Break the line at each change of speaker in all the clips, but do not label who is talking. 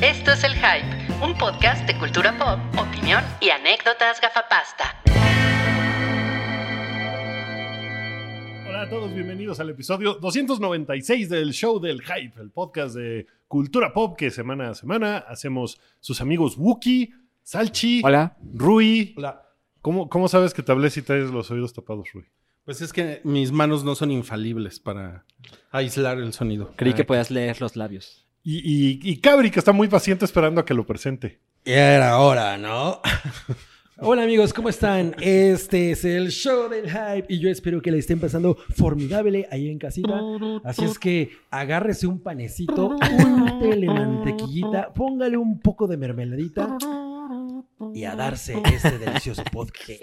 Esto es El Hype, un podcast de cultura pop, opinión y anécdotas gafapasta.
Hola a todos, bienvenidos al episodio 296 del Show del Hype, el podcast de cultura pop que semana a semana hacemos sus amigos Wookie, Salchi,
Hola.
Rui.
La-
¿Cómo, cómo sabes que te hablé si traes los oídos tapados, Rui?
Pues es que mis manos no son infalibles para aislar el sonido. Eh,
Creí que podías leer los labios.
Y, y, y Cabri, que está muy paciente esperando a que lo presente.
Era hora, ¿no?
Hola amigos, ¿cómo están? Este es el show del hype y yo espero que le estén pasando formidable ahí en casita. Así es que agárrese un panecito, úntele mantequillita, póngale un poco de mermeladita y a darse este delicioso podcast.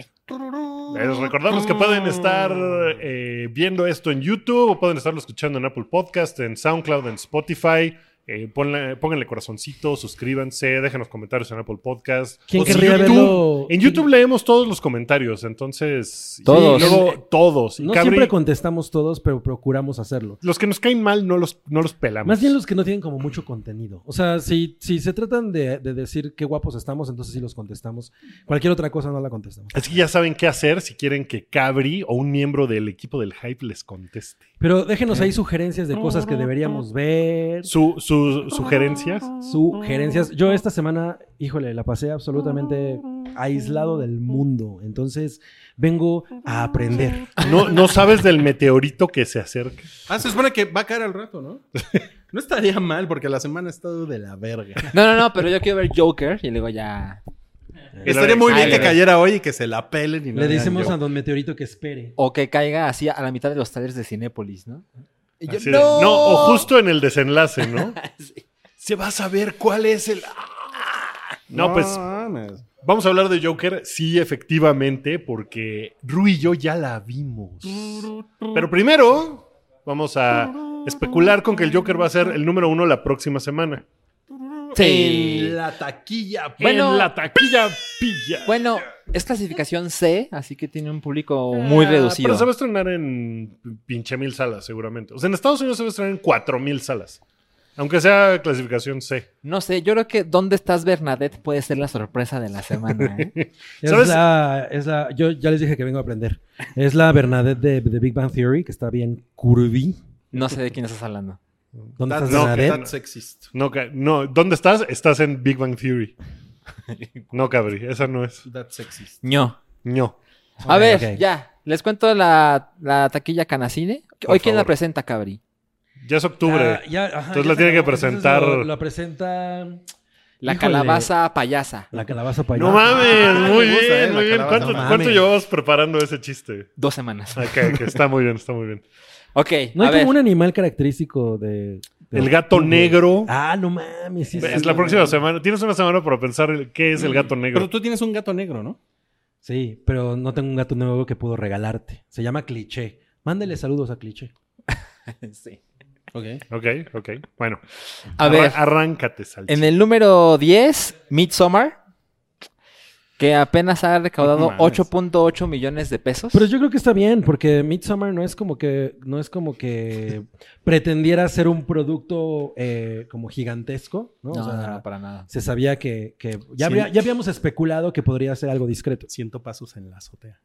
Les recordamos que pueden estar eh, viendo esto en YouTube o pueden estarlo escuchando en Apple Podcast, en SoundCloud, en Spotify. Eh, ponle- pónganle corazoncito, suscríbanse, déjenos comentarios en Apple Podcast.
¿Quién
O si
querría
YouTube-
verlo?
En YouTube leemos todos los comentarios, entonces.
Todos.
y luego, todos. Y
No
Cabri,
siempre contestamos todos, pero procuramos hacerlo.
Los que nos caen mal no los, no los pelamos.
Más bien los que no tienen como mucho contenido. O sea, si, si se tratan de, de decir qué guapos estamos, entonces sí los contestamos. Cualquier otra cosa no la contestamos.
Así que ya saben qué hacer si quieren que Cabri o un miembro del equipo del Hype les conteste.
Pero déjenos ahí sugerencias de cosas que deberíamos ver,
Su, sus sugerencias.
sugerencias. Yo esta semana, híjole, la pasé absolutamente aislado del mundo, entonces vengo a aprender.
No, no sabes del meteorito que se acerca.
Ah, se supone que va a caer al rato, ¿no? No estaría mal porque la semana ha estado de la verga.
No, no, no, pero yo quiero ver Joker y luego ya.
Estaría muy bien que
Ay,
cayera hoy y que se la pelen y no
Le
vean
decimos
yo.
a Don Meteorito que espere.
O que caiga así a la mitad de los talleres de Cinépolis, ¿no? Y yo,
Así de, no, o justo en el desenlace, ¿no? Se va a saber cuál es el. No, pues
mames.
vamos a hablar de Joker, sí, efectivamente, porque Rui y yo ya la vimos. Pero primero vamos a especular con que el Joker va a ser el número uno la próxima semana.
Sí.
En la taquilla.
Bueno.
en la taquilla pilla.
Bueno, es clasificación C, así que tiene un público muy
Ah,
reducido.
Pero se va a estrenar en pinche mil salas, seguramente. O sea, en Estados Unidos se va a estrenar en cuatro mil salas. Aunque sea clasificación C.
No sé, yo creo que ¿Dónde estás, Bernadette? puede ser la sorpresa de la semana. ¿eh?
Es
¿Sabes?
la, es la, yo ya les dije que vengo a aprender. Es la Bernadette de, de Big Bang Theory, que está bien curvy.
No sé de quién estás hablando.
¿Dónde
That's,
estás,
no,
no,
que
Bernadette?
that's sexist.
No, ca- no, ¿dónde estás? Estás en Big Bang Theory. No, cabri, esa no es.
That's sexist.
No.
No.
A
Ok,
ver,
ok.
ya. Les cuento la, la taquilla canacine.
Por
Hoy, ¿quién la
favor.
presenta, Cabri?
Ya es octubre.
Ah, ya, ajá,
Entonces
ya
la
se
tiene que
acabó. Entonces
presentar-
lo- La presenta
La
Híjole.
calabaza payasa.
la calabaza para
no mames, muy
Me gusta, eh,
bien,
la
muy bien.
calabaza.
¿Cuánto,
No
cuánto
mames.
llevabas preparando ese chiste? Ah,
Dos semanas.
Ok, ok, está muy bien, está muy bien.
Ok,
No
a
hay
ver.
como un animal característico de. de-
El gato negro.
Ah, no mames. sí, sí,
Es
sí. Mm.
la próxima semana. Tienes una semana para pensar el- qué es el gato negro.
Pero tú tienes un gato negro, ¿no?
Sí, pero no tengo un gato nuevo que puedo regalarte. Se llama Cliché. Mándale saludos a Cliché.
Sí.
Ok.
Ok, ok. Bueno,
A
arra-
ver,
arráncate, Salchi.
en el número 10, Midsommar, que apenas ha recaudado
Mames.
8.8 millones de pesos.
Pero yo creo que está bien, porque Midsommar no es como que, no es como que pretendiera ser un producto eh, como gigantesco, ¿no?
no,
O sea,
no, no, para nada.
se sabía que, que
Sí.
ya, había- ya habíamos especulado que podría ser algo discreto.
Ciento pasos en la azotea.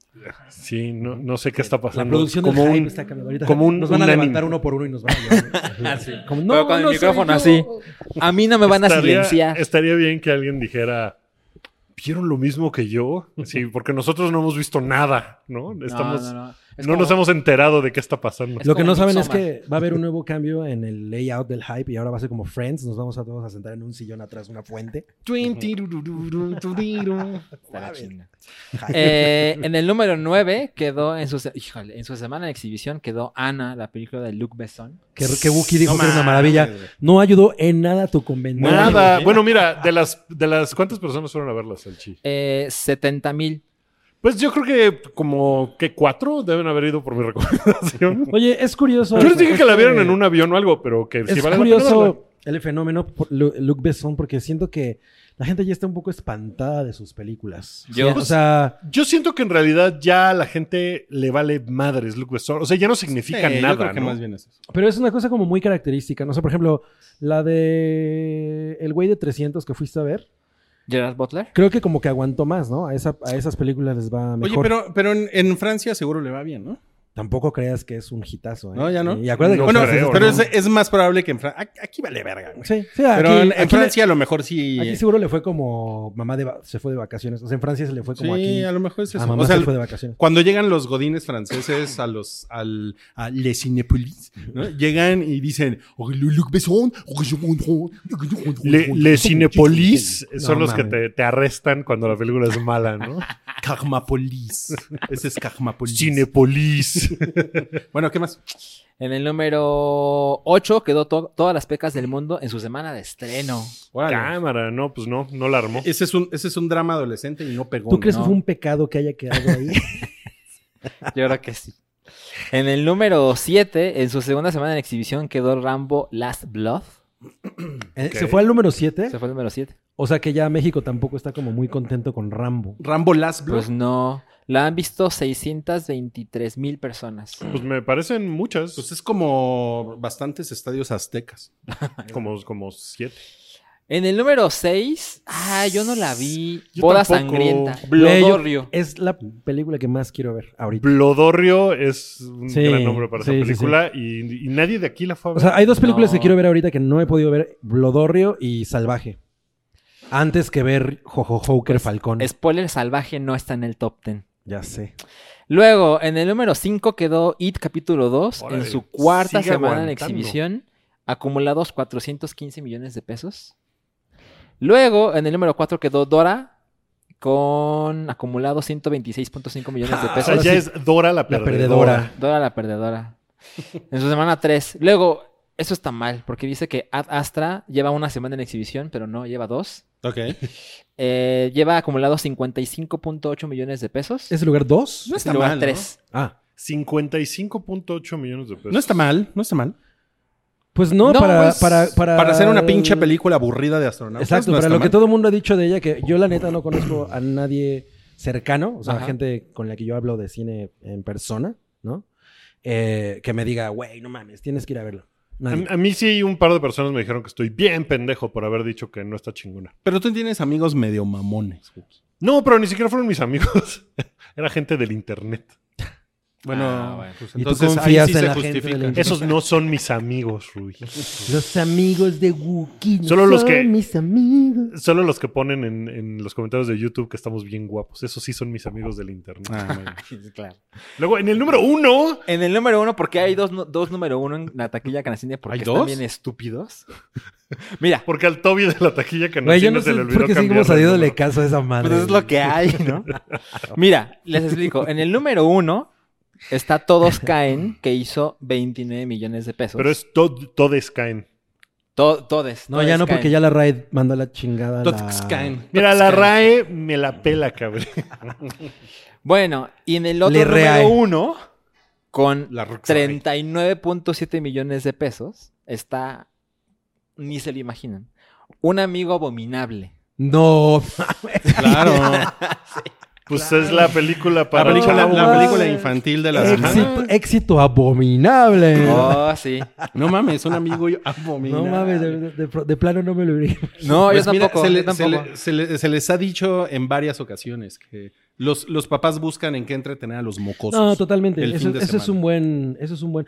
Sí, no, no sé qué está
La
pasando.
producción del
Como
hype
un-
está cambiando. Ahorita
como un-
nos van a
un
levantar
anime.
uno por uno y nos van a llevar. Como,
Ah, Pero con el
soy
micrófono
yo".
así. A mí no me van a
estaría,
silenciar.
estaría bien que alguien dijera, ¿vieron lo mismo que yo? Sí, porque nosotros no hemos visto nada, ¿no? Estamos, no,
no, no, no. Es
nos
como-
hemos enterado de qué está pasando.
Es
Lo que
como
no saben
Midsommar.
es que va a haber un nuevo cambio en el layout del hype y ahora va a ser como Friends. Nos vamos a todos a sentar en un sillón atrás de una fuente.
Está la chinga. Eh, en el número 9 quedó en su, se- híjole, en su semana de exhibición quedó Ana, la película de Luc Besson.
Que, que Wookie dijo
No
que era una
mames,
maravilla.
güey.
No ayudó en nada a tu convención.
Nada. Bueno, mira, de las, de las cuántas personas fueron a verla, Salchi.
Eh, 70 mil.
Pues yo creo que como que cuatro deben haber ido por mi recomendación.
Oye, es curioso.
Yo les dije que la vieron
este-
en un avión o algo, pero que sí
Es
vale la pena verla.
curioso el fenómeno por Lu- Luc Besson porque siento que la gente ya está un poco espantada de sus películas.
Yo-
O sea,
Yo siento que en realidad ya a la gente le vale madres Luke Besson. O sea, ya no significa
Sí, yo
nada.
creo que
¿no?
más bien es eso.
pero es una cosa como muy característica. No sé, por ejemplo, la de El güey de 300 que fuiste a ver.
Gerard Butler.
Creo que como que aguantó más, ¿no? A, esa, a esas películas les va mejor.
Oye, pero, pero en, en Francia seguro le va bien, ¿no?
Tampoco creas que es un hitazo, ¿eh?
No, ya no.
Y acuérdate
No
que...
bueno,
creo,
pero
¿no?
es, es más probable que en Francia. Aquí vale verga, güey.
Sí, sí, aquí,
pero en, en
aquí le-
Francia a lo mejor sí.
aquí seguro le fue como mamá de va- se fue de vacaciones. O sea, en Francia se le fue
sí,
como aquí.
a lo mejor es
a
eso.
mamá
O sea,
se fue de vacaciones.
cuando llegan los godines franceses a los al a Les Cinépolis, ¿no? Llegan y dicen, "Oh, Luc Besson, oh, je comprends, je comprends".
Le, le Cinepolis
No
son los que
mames.
te, te arrestan cuando la película es mala, ¿no?
Carmapolis. Ese es Carmapolis.
Cinepolis.
Bueno, ¿qué más?
En el número 8 quedó to- todas las pecas del mundo en su semana de estreno.
Órale. Eh.
Cámara, no, pues no, no la armó.
Ese es un ese es un drama adolescente y no pegó.
¿Tú crees
no.
que fue un pecado que haya quedado ahí?
Yo creo que sí. En el número 7, en su segunda semana en exhibición, quedó Rambo Last Blood.
Eh,
Ok.
Se fue al número 7.
Ese fue el número 7.
O sea que ya México tampoco está como muy contento con Rambo.
Rambo Last Blood.
Pues no. La han visto 623 mil personas.
Pues me parecen muchas,
Pues es como bastantes estadios aztecas.
como, como siete.
En el número 6, ah, yo no la vi.
Yo
Boda
tampoco.
sangrienta.
Güey, yo-
Blodorrio.
Es la película que más quiero ver ahorita.
Blodorrio es un
Sí,
gran nombre para
sí,
esa
sí,
película y- Y, nadie de aquí la fue a
O
ver.
sea, hay dos películas
No.
que quiero ver ahorita que no he podido ver: Blodorrio y Salvaje. Antes que ver Jojo Joker
Pues,
Falcón.
Spoiler salvaje no está en el top 10.
Ya sé.
Luego, en el número 5 quedó It capítulo 2 en
Órale,
su cuarta
sigue
semana en
aguantando.
exhibición, acumulados 415 millones de pesos. Luego, en el número 4 quedó Dora con acumulados 126.5 millones de
O sea,
pesos.
ya
sí.
es Dora la
La
perdedora.
perdedora.
Dora la perdedora. En su semana 3. Luego, eso está mal, porque dice que Ad Astra lleva una semana en exhibición, pero no, lleva dos.
Ok.
Eh, lleva acumulados 55.8 millones de pesos.
¿Es el lugar 2?
No
Es
está
el lugar
mal. ¿no?
tres.
Ah.
55.8 millones de pesos.
No está mal, no está mal.
Pues no,
No,
para,
pues,
para, para.
Para hacer una pinche película aburrida de astronautas.
Exacto,
no
para
está
lo que
mal.
todo el mundo ha dicho de ella, que yo la neta no conozco a nadie cercano, o sea,
Ajá.
gente con la que yo hablo de cine en persona, ¿no? Eh, que me diga, güey, no mames, tienes que ir a verlo. Nadie.
A, a mí sí un par de personas me dijeron que estoy bien pendejo por haber dicho que no está chingona.
Pero tú tienes amigos medio mamones. güey.
No, pero ni siquiera fueron mis amigos. Era gente del internet.
Bueno,
Ah, bueno.
pues
tú
entonces
confías
ahí sí
en
se
la gente
justifica.
del internet.
Esos no son mis amigos, Rui.
Los amigos de Wookiee. no
Solo los
son
que-
Mis amigos.
Solo los que ponen en, en los comentarios de YouTube que estamos bien guapos. Esos sí son mis amigos del internet.
Ah, muy bien.
Luego, en el número uno,
En el número uno, porque hay dos, nu- dos número uno en la taquilla canacine porque
¿Hay
están
dos?
bien estúpidos. Mira,
porque al Toby de la taquilla que
Güey, yo no
se
sé
le
por
olvidó
qué
cambiarle
seguimos
el
haciéndole
número.
caso a esa madre.
pues es lo que hay, ¿no? Mira, les explico. En el número uno está Todos Caen, que hizo 29 millones de pesos.
Pero es Tod- Todes Caen.
To- todes.
No, ya no, porque ya la Raid mandó la chingada. a la-
Tox Caen.
Mira,
Tox
la
Caen.
RAE me la pela, cabrón.
Bueno, y en el otro
Le
número
reae.
uno, con
La Roxanne.
39.7 millones de pesos, está. Ni se lo imaginan. Un amigo abominable.
No,
Claro.
Pues es la película
la,
para
película,
chavos.
la película infantil de la semana.
éxito, éxito abominable.
Oh, sí.
No mames, un amigo y- abominable.
No mames, de, de- de- de plano no me lo hubiera.
No,
Pues
yo
mira,
tampoco.
se, le-
yo tampoco.
se le- se le- se les ha dicho en varias ocasiones que los, los papás buscan en qué entretener a los mocosos.
No, totalmente.
el
Eso,
fin de
eso es
semana.
un buen, eso es un buen.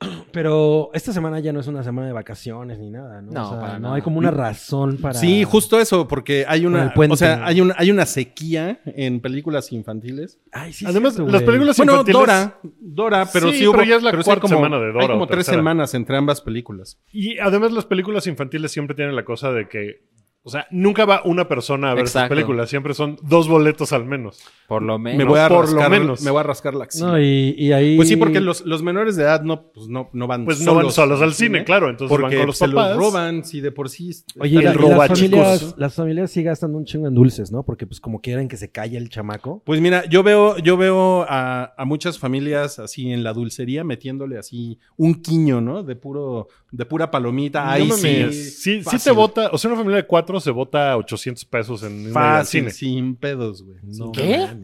Pero esta semana ya no es una semana de vacaciones ni nada, ¿no?
No,
O sea,
para
no
nada.
hay como una razón para.
Sí, justo eso, porque hay
Con
una,
el puente.
o sea, hay una, hay una sequía en películas infantiles.
Ay, sí, es
Además,
cierto,
las
güey.
películas
Bueno,
infantiles...
Dora, Dora, pero
Sí,
sí, hubo,
pero ya es la
sí hay
cuarta semana de Dora
Hay como
o
tres
tercera.
semanas entre ambas películas.
Y además las películas infantiles siempre tienen la cosa de que O sea, nunca va una persona a ver sus
Exacto.
películas. Siempre son dos boletos al menos.
Por lo menos.
me voy a
por lo
rascar,
menos.
Me voy a rascar la axila.
No, y, y ahí.
Pues sí, porque los, los menores de edad no, pues no, no van
Pues no van solos al cine, claro. Entonces van
Porque
con los
se
papás.
los roban, si de por sí.
Oye, y
el
la- y
roba,
las, familias,
chicos.
las familias sí gastan un chingo en dulces, ¿no? Porque, pues, como quieren que se calle el chamaco.
Pues mira, yo veo, yo veo a, a muchas familias así en la dulcería metiéndole así un quiño, ¿no? De puro, de pura palomita.
No
Ahí sí,
mames. sí, sí te
fácil.
vota. O sea, una familia de cuatro se vota 800 pesos en una ida al
Fácil,
cine.
sin pedos, güey.
No
¿Qué?
mames.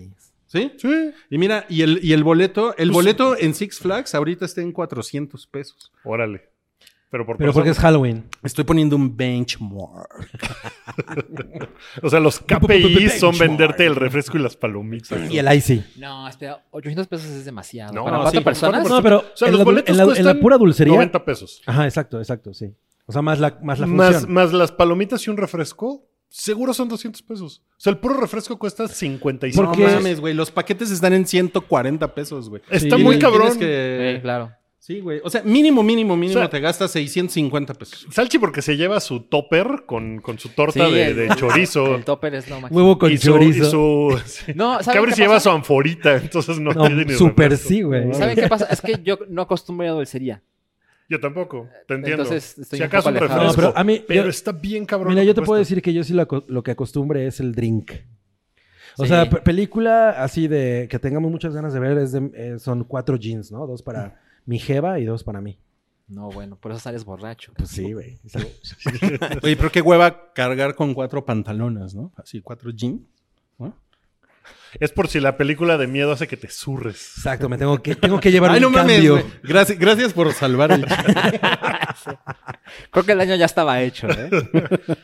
¿Sí?
Sí.
Y mira, y el, y el boleto, el
Pues-
boleto en Six Flags ahorita está en 400 pesos.
Órale. Pero por
Pero
persona.
porque es Halloween.
Estoy poniendo un benchmark.
O sea, los KPI son
Benchmark.
venderte el refresco y las palomitas.
Y el IC.
No, espera, 800 pesos es demasiado.
No,
¿Para
sí,
cuatro
para
personas?
cuatro
No, pero
O sea,
en,
los
la, dul-
boletos
en la- en la
cuestan
pura dulcería.
90 pesos.
Ajá, exacto, exacto, sí. O sea, más la, más la
Más,
función.
más las palomitas y un refresco, seguro son 200 pesos. O sea, el puro refresco cuesta 55
Porque-
pesos.
No mames, güey. Los paquetes están en 140 pesos, güey.
Está
Sí,
muy
Tienes-
cabrón.
tienes que-
Sí, claro.
Sí, güey. O sea, mínimo, mínimo, mínimo
O sea-
te gastas 650 pesos.
Salchi porque se lleva su topper con, con su torta
Sí,
de,
el-
de chorizo.
El topper es lo máximo.
Huevo con
y su,
chorizo.
Y su, sí.
No, ¿saben
Cabri
qué
se lleva
pasa?
su anforita, entonces no,
No,
tiene ni
super
refresco.
sí, güey.
¿Saben qué pasa? Es que yo no acostumbro ir a dulcería.
Yo tampoco, te entiendo.
Entonces, estoy
si
un
acaso
poco
un
alejado.
refresco.
No,
pero
pero a mí- yo-
está bien cabrón.
Mira,
lo
yo
que
te puedo
cuesta.
decir que yo sí lo, aco- lo que acostumbre es el drink. O
Sí.
sea, pe- película así de que tengamos muchas ganas de ver es de- eh, son cuatro jeans, ¿no? Dos para mi jeva y dos para mí.
No, bueno, por eso sales borracho.
Pues sí, güey.
Oye, pero qué hueva cargar con cuatro pantalones, ¿no? Así, cuatro jeans. ¿no?
Es por si la película de miedo hace que te zurres.
Exacto, me tengo que, tengo que llevar
Ay,
un
no mames,
cambio.
güey. Gracias, gracias por salvar el...
Creo que el daño ya estaba hecho, ¿eh?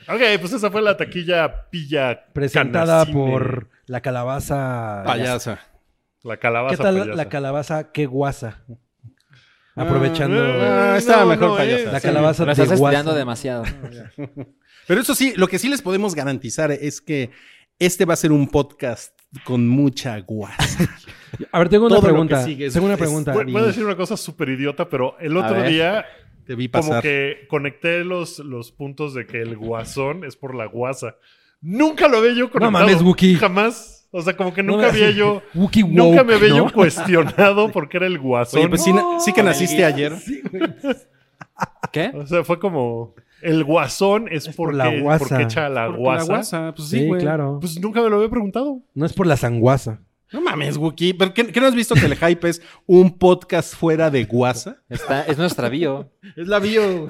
Ok, pues esa fue la taquilla pilla
presentada
canacine.
por la calabaza.
Payasa.
la calabaza.
¿Qué tal
payasa.
la calabaza que guasa? Aprovechando
Ah,
Ah, estaba mejor payasa.
la
sí.
calabaza
Lo
de
estás
guasa.
estudiando demasiado.
Pero eso sí, lo que sí les podemos garantizar es que este va a ser un podcast con mucha guasa.
A ver, tengo una
Todo lo que
pregunta.
sigue es-
Tengo una
es-
pregunta.
Voy voy a decir una cosa súper idiota, pero el
A
otro
ver.
día
Te vi
como
pasar.
que conecté los, los puntos de que el guasón es por la guasa. Nunca lo había yo conectado.
mames, Wookie.
Jamás. O sea, como que
No
nunca
me-
había yo...
Wookie
Nunca
woke,
me había yo
¿no?
cuestionado porque era el guasón.
Oye, pues sí, na-
¡Oh!
sí que naciste ayer.
¿Qué?
O sea, fue como... El guasón es,
por
porque,
la guasa.
porque echa la
Por
guasa.
La guasa, pues sí,
Sí,
güey.
claro.
Pues nunca me lo había preguntado.
No es por la sanguaza.
No mames, Wookie. ¿Pero qué, qué no has visto que el hype es un podcast fuera de guasa?
Está, es nuestra bio.
Es la bio.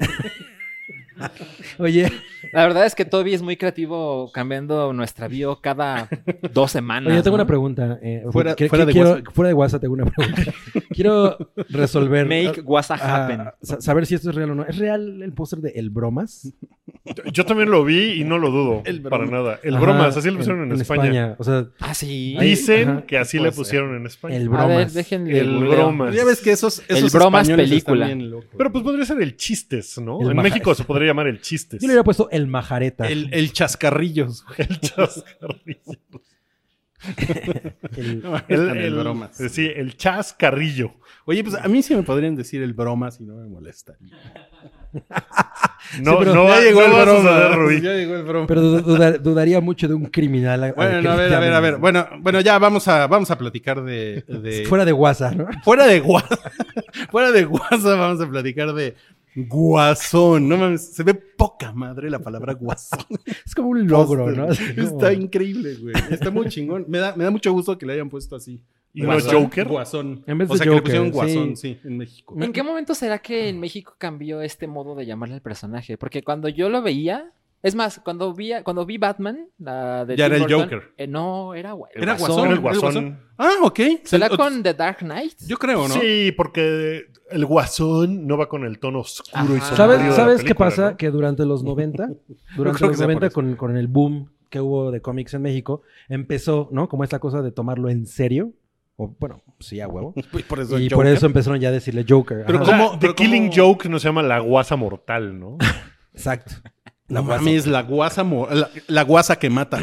Oye,
La verdad es que Toby es muy creativo cambiando nuestra bio cada dos semanas.
oye, yo tengo
¿no?
una pregunta. eh,
Fuera-
que-
fuera
que
de
quiero-
WhatsApp.
fuera de WhatsApp tengo una pregunta. quiero resolver.
Make Guasa
ah,
happen.
sa- saber si esto es real o no. ¿Es real el póster de El Bromas?
Yo también lo vi y no lo dudo.
El
para
broma.
nada. El
Ajá,
bromas, así lo pusieron en, España.
O sea,
Ah, sí.
Ahí-
Dicen
ajá,
que así
puede
le pusieron en España.
El
A ver,
bromas.
déjenle.
El
googleo.
bromas.
Pues, ya ves que esos, esos
El bromas
españoles
película.
están bien locos.
Pero pues podría ser el chistes, ¿no?
El
en
maja-
México se podría llamar el chistes.
yo le hubiera puesto El
Ah.
Majareta.
el, el chascarrillos. güey.
El chascarrillo.
El-
El,
Con el
el- eh,
bromas.
Sí, el chascarrillo.
Oye, pues a mí sí me podrían decir el bromas y no me molestaría.
No,
pero
no,
ya
va-
llegó
no
el
vas a
bromas.
saber, Rubí.
Ya llegó el bromas.
Pero du- dudar- dudaría mucho de un criminal. a-
Bueno,
al
no, a
que
ver,
le
a ver, a
llamen.
ver. Bueno, bueno, ya vamos a, vamos a platicar de. de-
Fuera de WhatsApp, ¿no?
fuera de guasa. fuera de guasa, vamos a platicar de guasón. No mames, se ve poca madre la palabra guasón.
Es como un logro, ¿no? Así como-
Está increíble, güey. Está muy chingón. Me da, me da mucho gusto que le hayan puesto así.
¿Y no Joker?
Guasón.
En vez
o
de
sea,
Joker,
que le pusieron
sí.
guasón, sí, en México.
¿En qué momento será que en México cambió este modo de llamarle al personaje? Porque cuando yo lo veía. Es más, cuando vi, a- cuando vi Batman, la de.
Ya
Tim
era el
Burton,
Joker.
eh, no, era, gua- el
Era guasón.
Era el
¿Era el
guasón.
Ah, ok.
¿Será
Se-
con The Dark Knight?
Yo creo, ¿no?
Sí, porque el guasón no va con el tono oscuro y
Ajá.
Ah,
sombrío.
¿Sabes,
de la
¿sabes qué
película,
pasa?
¿no?
Que durante los 90, durante
creo que
los
sea por
90
eso.
con, con el boom que hubo de cómics en México, empezó, ¿no? Como esta cosa de tomarlo en serio. O, bueno, sí, a huevo.
Y por eso,
Y
Joker.
por eso empezaron ya a decirle Joker.
Pero
Ajá.
O sea,
¿Cómo-
The
pero cómo-
Killing Joke no se llama la guasa mortal, ¿no?
Exacto.
No mames, la guasa, mo- la, la guasa que mata.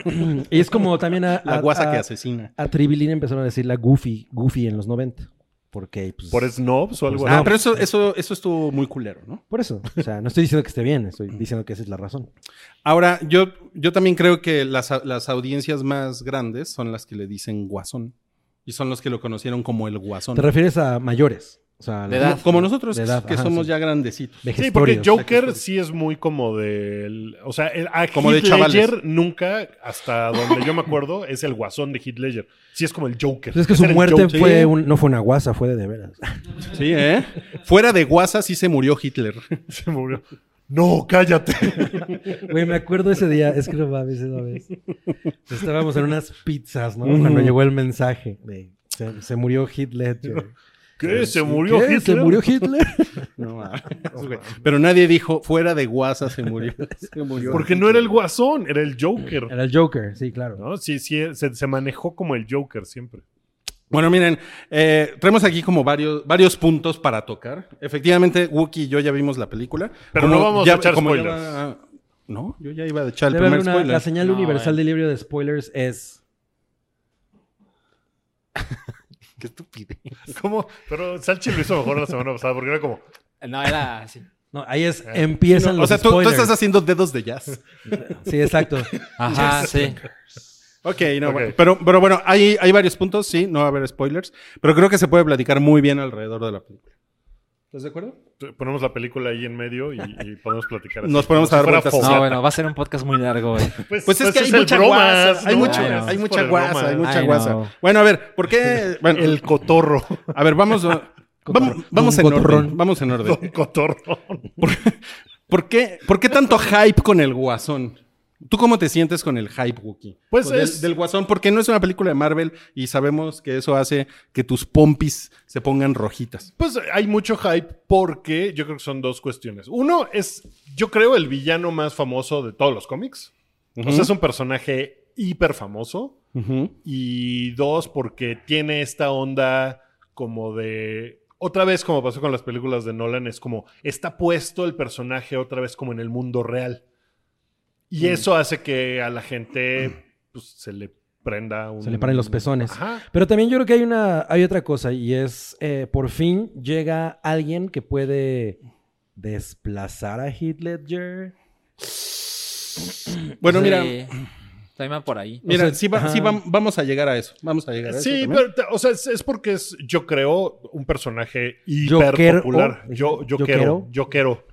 Y es como también a...
La
a-
guasa que
a-
asesina.
A Tribilín empezaron a decirla Goofy, Goofy en los 90. Porque, pues,
por snobs o algo
Pues,
Ah,
no.
pero eso, eso, eso estuvo muy culero, ¿no?
por eso. O sea, no estoy diciendo que esté bien, estoy diciendo que esa es la razón.
Ahora, yo, yo también creo que las, a- las audiencias más grandes son las que le dicen guasón. Y son los que lo conocieron como el guasón.
¿Te refieres a mayores? O sea,
De
la-
edad.
Como nosotros,
De edad,
que
ajá,
somos
sí.
ya grandecitos.
Sí, porque
vejestorios.
Joker sí es muy como del. O sea, el, a
Como
Heath
de chavales.
Ledger nunca, hasta donde yo me acuerdo, es el guasón de Heath Ledger. Sí es como el Joker.
Pues es que su
era el
muerte
Joker.
fue un- no fue una guasa, fue de de veras.
Sí, ¿eh? Fuera de guasa sí se murió Hitler.
Se murió. No, cállate.
Güey, me acuerdo ese día, es que no mames esa vez. Estábamos en unas pizzas, ¿no? Cuando llegó el mensaje de se, se murió Hitler.
¿Qué? ¿Se murió Hitler?
Pues, ¿Se murió Hitler?
No, ah, güey. Pero nadie dijo, fuera de guasa se murió. Se murió.
Porque no era el guasón, era el Joker.
Era el Joker, sí, claro.
¿no? Sí, sí, se, se manejó como el Joker siempre.
Bueno, miren, eh, traemos aquí como varios, varios puntos para tocar. Efectivamente, Wookie y yo ya vimos la película.
Pero
Como
no vamos a echar
como ya
spoilers.
va- no, yo ya iba a echar el
Debe haber
primer
una-
spoiler.
la señal
No,
universal
eh.
del libro de spoilers es
Qué estupidez.
¿Cómo? Pero Salchi lo hizo mejor la semana pasada porque era como.
No, era así.
no, ahí es empiezan
Ah. O
los
sea, tú, tú
spoilers.
estás haciendo dedos de jazz.
Sí, exacto.
Ajá, sí.
Ok, no,
Ok.
bueno, Pero, pero bueno, hay, hay varios puntos, sí, no va a haber spoilers. Pero creo que se puede platicar muy bien alrededor de la película. ¿Estás de acuerdo?
Ponemos la película ahí en medio y, y podemos platicar. así,
Nos ponemos
como
a
si
dar
fuera
vueltas.
fogata.
No, bueno, va a ser un podcast muy largo hoy.
Pues,
Pues es que hay
el
mucha
bromas,
guasa, hay,
¿no?
mucho-
Ay, no.
hay
Es
mucha
por el
guasa,
bromas.
hay mucha
Ay,
guasa.
no.
Bueno, a ver, ¿por qué? Bueno,
El cotorro.
a ver, vamos, vamos, vamos, en orden. Vamos en orden.
Don Cotorro.
¿Por qué, ¿Por qué tanto hype con el guasón? ¿Tú cómo te sientes con el hype, Wookie?
Pues
O del-
es-
Del, guasón, porque no es una película de Marvel y sabemos que eso hace que tus pompis se pongan rojitas.
Pues hay mucho hype porque yo creo que son dos cuestiones. Uno es, yo creo, el villano más famoso de todos los cómics. O sea, es un personaje hiper famoso.
Ujú.
Y dos, porque tiene esta onda como de. Otra vez, como pasó con las películas de Nolan, es como está puesto el personaje otra vez como en el mundo real.
Mm.
Y eso hace que a la gente pues, se le prenda un.
Se le paren los pezones.
Ajá.
Pero también yo creo que hay una, hay otra cosa y es eh, por fin llega alguien que puede desplazar a Heath Ledger.
Bueno, mira,
Sí. También va por ahí.
mira,
O sea,
sí, va-
ajá.
sí vam- vamos a llegar a eso. Vamos a llegar a eso.
Sí,
también.
pero, te- o sea, es, es porque es, yo creo, un personaje hiper
Joquero.
popular. Yo, yo,
Joquero.
quiero, yo quiero.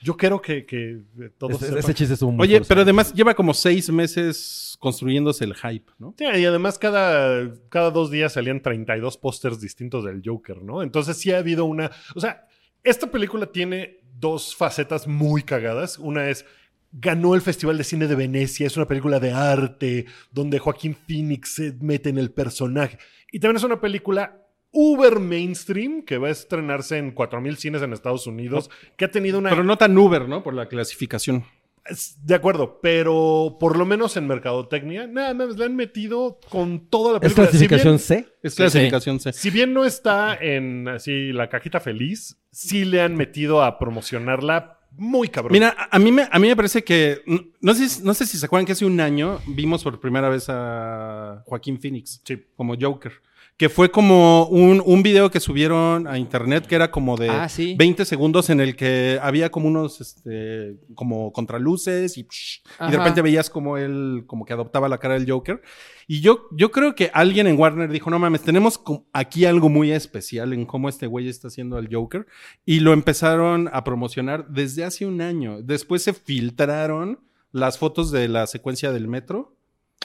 Yo quiero que, que todos
Ese,
sepan
ese chiste es un
Oye, pero además lleva como seis meses construyéndose el hype, ¿no?
Sí, y además cada, cada dos días salían 32 pósters distintos del Joker, ¿no? Entonces sí ha habido una... O sea, esta película tiene dos facetas muy cagadas. Una es... Ganó el Festival de Cine de Venecia, es una película de arte, donde Joaquín Phoenix se mete en el personaje. Y también es una película uber mainstream que va a estrenarse en 4.000 cines en Estados Unidos, que ha tenido una...
Pero no tan Uber, ¿no? Por la clasificación.
Es- De acuerdo, pero por lo menos en mercadotecnia, nada más le han metido con toda la
¿Es
película. Si bien-
clasificación C?
Es
Sí,
clasificación C.
Si bien no está en así la cajita feliz, sí le han metido a promocionarla muy cabrón.
Mira, a a mí me, a mí me parece que. n- No sé, si- no sé si se acuerdan que hace un año vimos por primera vez a Joaquín Phoenix
Sí.
como Joker. Que fue como un, un video que subieron a internet que era como de
Ah, sí.
20 segundos en el que había como unos este, como contraluces y, psh, y de
Ajá.
repente veías como él como que adoptaba la cara del Joker. Y yo, yo creo que alguien en Warner dijo, no mames, tenemos co- aquí algo muy especial en cómo este güey está haciendo al Joker. Y lo empezaron a promocionar desde hace un año. Después se filtraron las fotos de la secuencia del metro.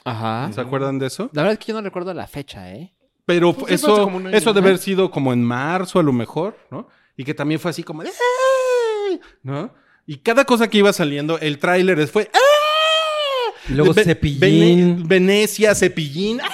Ajá.
¿Se acuerdan de eso?
La verdad es que yo no recuerdo la fecha, ¿eh?
Pero
Pues sí,
fu-
fue hace
eso,
como un año,
eso de
¿no?
haber sido como en marzo a lo mejor, ¿no? Y que también fue así como de... "¡Ay!", ¿No? Y cada cosa que iba saliendo, el tráiler es- fue... "¡Ah!".
Y luego
Ve-
Cepillín.
Vene- Venecia, Cepillín. ¡Ah!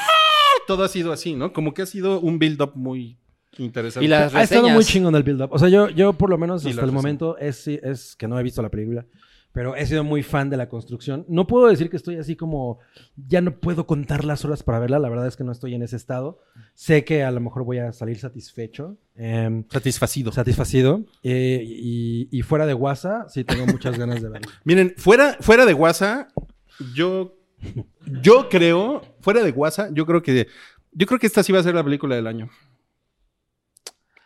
Todo ha sido así, ¿no? Como que ha sido un build-up muy interesante. Ah,
Y las
Ha estado
reseñas.
muy chingón el build-up. O sea, yo, yo por lo menos
Y
hasta
las
el momento es, es que no he visto la película, pero he sido muy fan de la construcción. No puedo decir que estoy así como, ya no puedo contar las horas para verla, la verdad es que no estoy en ese estado. Sé que a lo mejor voy a salir satisfecho, em,
Satisfacido.
satisfacido, eh, y, y fuera de guasa, sí tengo muchas ganas de verla.
Miren, fuera, fuera de WhatsApp, yo, yo creo, fuera de WhatsApp, yo creo que, yo creo que esta sí va a ser la película del año.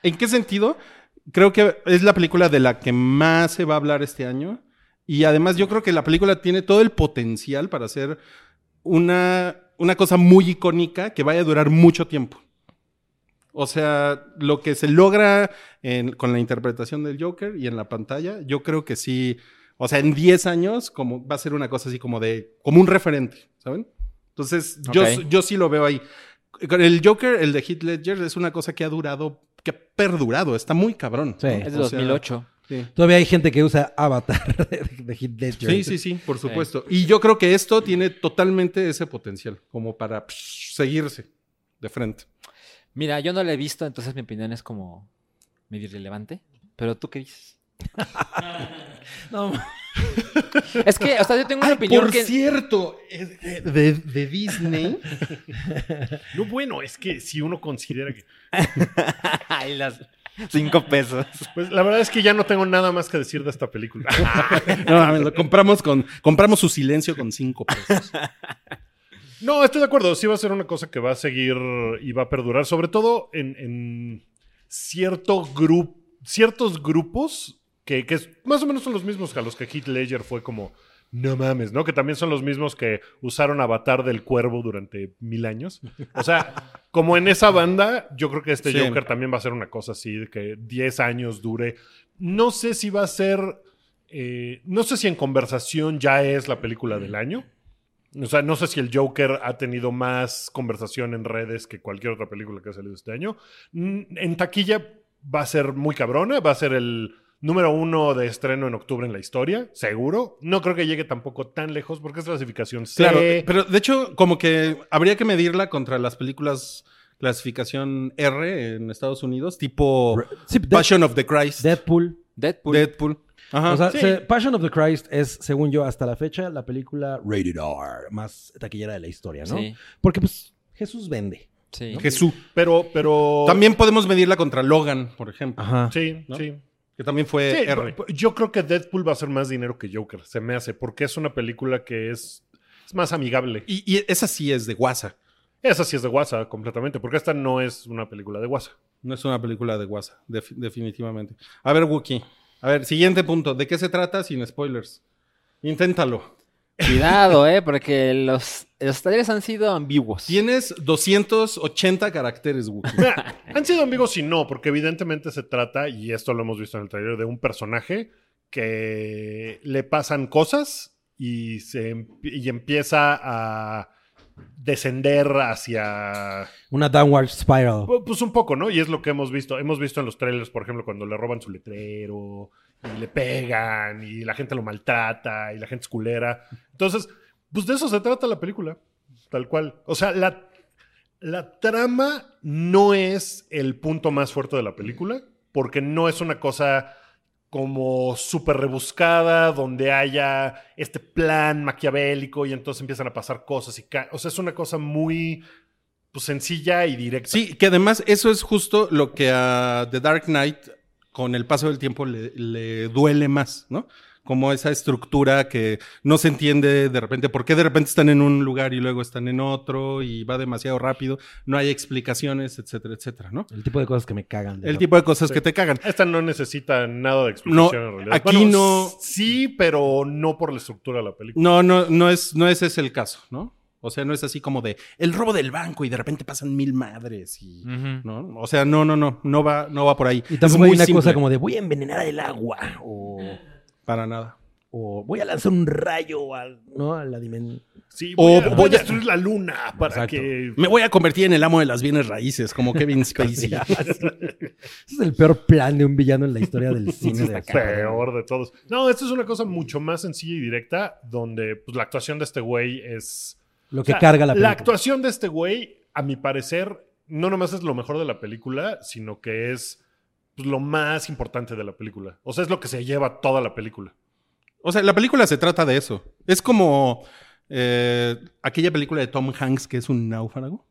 ¿En qué sentido? Creo que es la película de la que más se va a hablar este año. Y además yo creo que la película tiene todo el potencial para ser una, una cosa muy icónica que vaya a durar mucho tiempo. O sea, lo que se logra en- con la interpretación del Joker y en la pantalla, yo creo que sí. O sea, en 10 años como, va a ser una cosa así como de, como un referente, ¿saben? Entonces, yo,
Ok.
yo sí lo veo ahí. Con El Joker, el de Heath Ledger, es una cosa que ha durado, que ha perdurado, está muy cabrón.
Sí.
Es de
O sea,
2008.
sí.
Todavía hay gente que usa Avatar de, de Heath Ledger.
Sí, sí, sí, por supuesto. Y yo creo que esto tiene totalmente ese potencial, como para psh, seguirse de frente.
Mira, yo no la he visto, entonces mi opinión es como medio irrelevante. Pero tú qué dices.
No,
Es que, o sea, yo tengo una opinión que.
cierto, eh, de, de Disney.
No, bueno, es que si uno considera que.
Ay, las cinco pesos.
Pues la verdad es que ya no tengo nada más que decir de esta película.
No, mames, lo compramos con compramos su silencio con cinco pesos.
No, estoy de acuerdo. Sí va a ser una cosa que va a seguir y va a perdurar, sobre todo en, en cierto grupo, ciertos grupos que, que es- más o menos son los mismos a los que Heath Ledger fue como, no mames, ¿no? Que también son los mismos que usaron Avatar del Cuervo durante mil años. O sea, como en esa banda, yo creo que este
Sí.
Joker también va a ser una cosa así, de que 10 años dure. No sé si va a ser, eh, no sé si en conversación ya es la película del año. O sea, no sé si el Joker ha tenido más conversación en redes que cualquier otra película que ha salido este año. Mm, En taquilla va a ser muy cabrona, va a ser el número uno de estreno en octubre en la historia, seguro. No creo que llegue tampoco tan lejos porque es clasificación C.
Claro, eh, pero de hecho, como que habría que medirla contra las películas clasificación R en Estados Unidos, tipo
sí, Dead-
Passion of the Christ,
Deadpool.
Deadpool.
Deadpool. Ajá.
o sea,
Sí.
se- Passion of the Christ es, según yo, hasta la fecha, la película rated R más taquillera de la historia, ¿no?
Sí,
Porque, pues, Jesús vende.
sí.
Jesús.
pero, pero-
También podemos medirla contra Logan, por ejemplo,
Ajá.
Sí,
¿no?
sí.
que también fue
Sí,
R.
p- p- yo creo que Deadpool va a ser más dinero que Joker, se me hace, porque es una película que es, es más amigable.
Y, y esa sí es de guasa.
Esa sí es de WhatsApp completamente, porque esta no es una película de WhatsApp.
No es una película de guasa, def- definitivamente. A ver, Wookie. A ver, siguiente punto. ¿De qué se trata sin spoilers? Inténtalo.
Cuidado, eh, porque los, los trailers han sido ambiguos.
Tienes 280 caracteres, Wookie.
Mira, han sido amigos si no, porque evidentemente se trata, y esto lo hemos visto en el trailer, de un personaje que le pasan cosas y, se, em- y empieza a descender hacia...
Una downward spiral.
pu- Pues un poco, ¿no? Y es lo que hemos visto. Hemos visto en los trailers, por ejemplo, cuando le roban su letrero y le pegan y la gente lo maltrata y la gente es culera. Entonces, pues de eso se trata la película, tal cual. O sea, la, la trama no es el punto más fuerte de la película, porque no es una cosa como súper rebuscada, donde haya este plan maquiavélico y entonces empiezan a pasar cosas y... ca- O sea, es una cosa muy pues, sencilla y directa.
Sí, que además eso es justo lo que a The Dark Knight con el paso del tiempo le, le duele más, ¿no? Como esa estructura que no se entiende de repente, por qué de repente están en un lugar y luego están en otro y va demasiado rápido, no hay explicaciones, etcétera, etcétera, ¿no?
El tipo de cosas que me cagan. de
El
la-
tipo de cosas que te cagan.
Esta no necesita nada de explicación
No,
en realidad.
aquí no-
Sí, pero no por la estructura de la película.
No, no, no es, no ese es el caso, ¿no? O sea, no es así como de el robo del banco y de repente pasan mil madres y.
Ujú.
¿no? O sea, no, no, no, no va, no va por ahí.
Mm. Y
Es
tampoco hay
muy
una
simple.
cosa como de voy a envenenar el agua o,
Para nada.
o voy a lanzar un rayo al, ¿no? a la dimensión.
Sí,
O
voy, a,
voy
voy a
a-
destruir la luna para
Exacto.
que.
Me voy a convertir en el amo de las bienes raíces, como Kevin Spacey.
Ese es el peor plan de un villano en la historia del cine. de
Peor de todos. No, esto es una cosa mucho más sencilla y directa, donde pues, la actuación de este güey es.
Lo
o
que
sea,
carga la película.
actuación de este güey, a mi parecer, no nomás es lo mejor de la película, sino que es pues, lo más importante de la película. O sea, es lo que se lleva toda la película.
O sea, la película se trata de eso. Es como eh, aquella película de Tom Hanks que es un náufrago.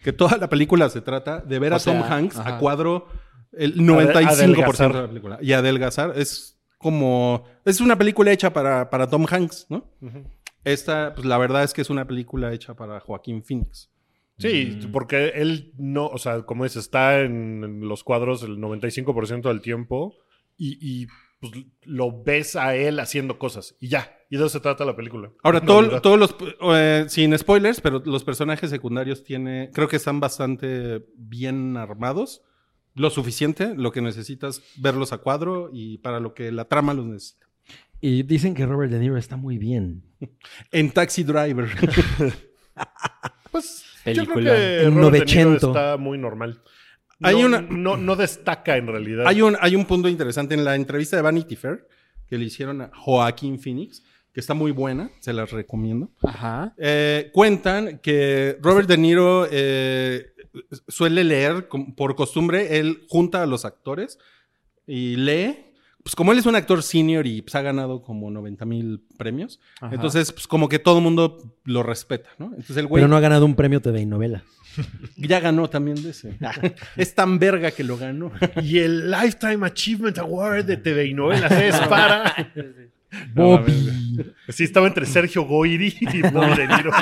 Que toda la película se trata de ver
O
a Tom
sea,
Hanks
ajá.
a cuadro el 95% de
adelgazar.
la película. Y adelgazar es como... Es una película hecha para, para Tom Hanks, ¿no? Esta, pues la verdad es que es una película hecha para Joaquín Phoenix.
Sí,
Mm.
porque él no, o sea, como dices, está en, en los cuadros el 95% del tiempo y, y, pues, lo ves a él haciendo cosas y ya. Y de eso se trata la película.
Ahora,
En
todo-
realidad.
todos los. eh, sin spoilers, pero los personajes secundarios tiene, creo que están bastante bien armados. Lo suficiente, lo que necesitas, verlos a cuadro y para lo que la trama los necesita.
Y dicen que Robert De Niro está muy bien.
En Taxi Driver.
Pues yo
Película.
creo que
En
Robert De Niro
900.
está muy normal. No,
Hay una-
no, no destaca en realidad.
hay, un, hay un punto interesante en la entrevista de Vanity Fair que le hicieron a Joaquín Phoenix, que está muy buena, se las recomiendo.
Ajá.
Eh, cuentan que Robert De Niro eh, suele leer, com- por costumbre, él junta a los actores y lee. Pues como él es un actor senior y pues, ha ganado como 90 mil premios,
Ajá.
entonces pues como que todo el mundo lo respeta, ¿no? Entonces el güey
Pero no ha ganado un premio TV y novela.
ya ganó también de ese. es tan verga que lo ganó.
Y el Lifetime Achievement Award de TV y novelas es para.
Bobby,
Sí, estaba entre Sergio Goyri y Bobby De Niro.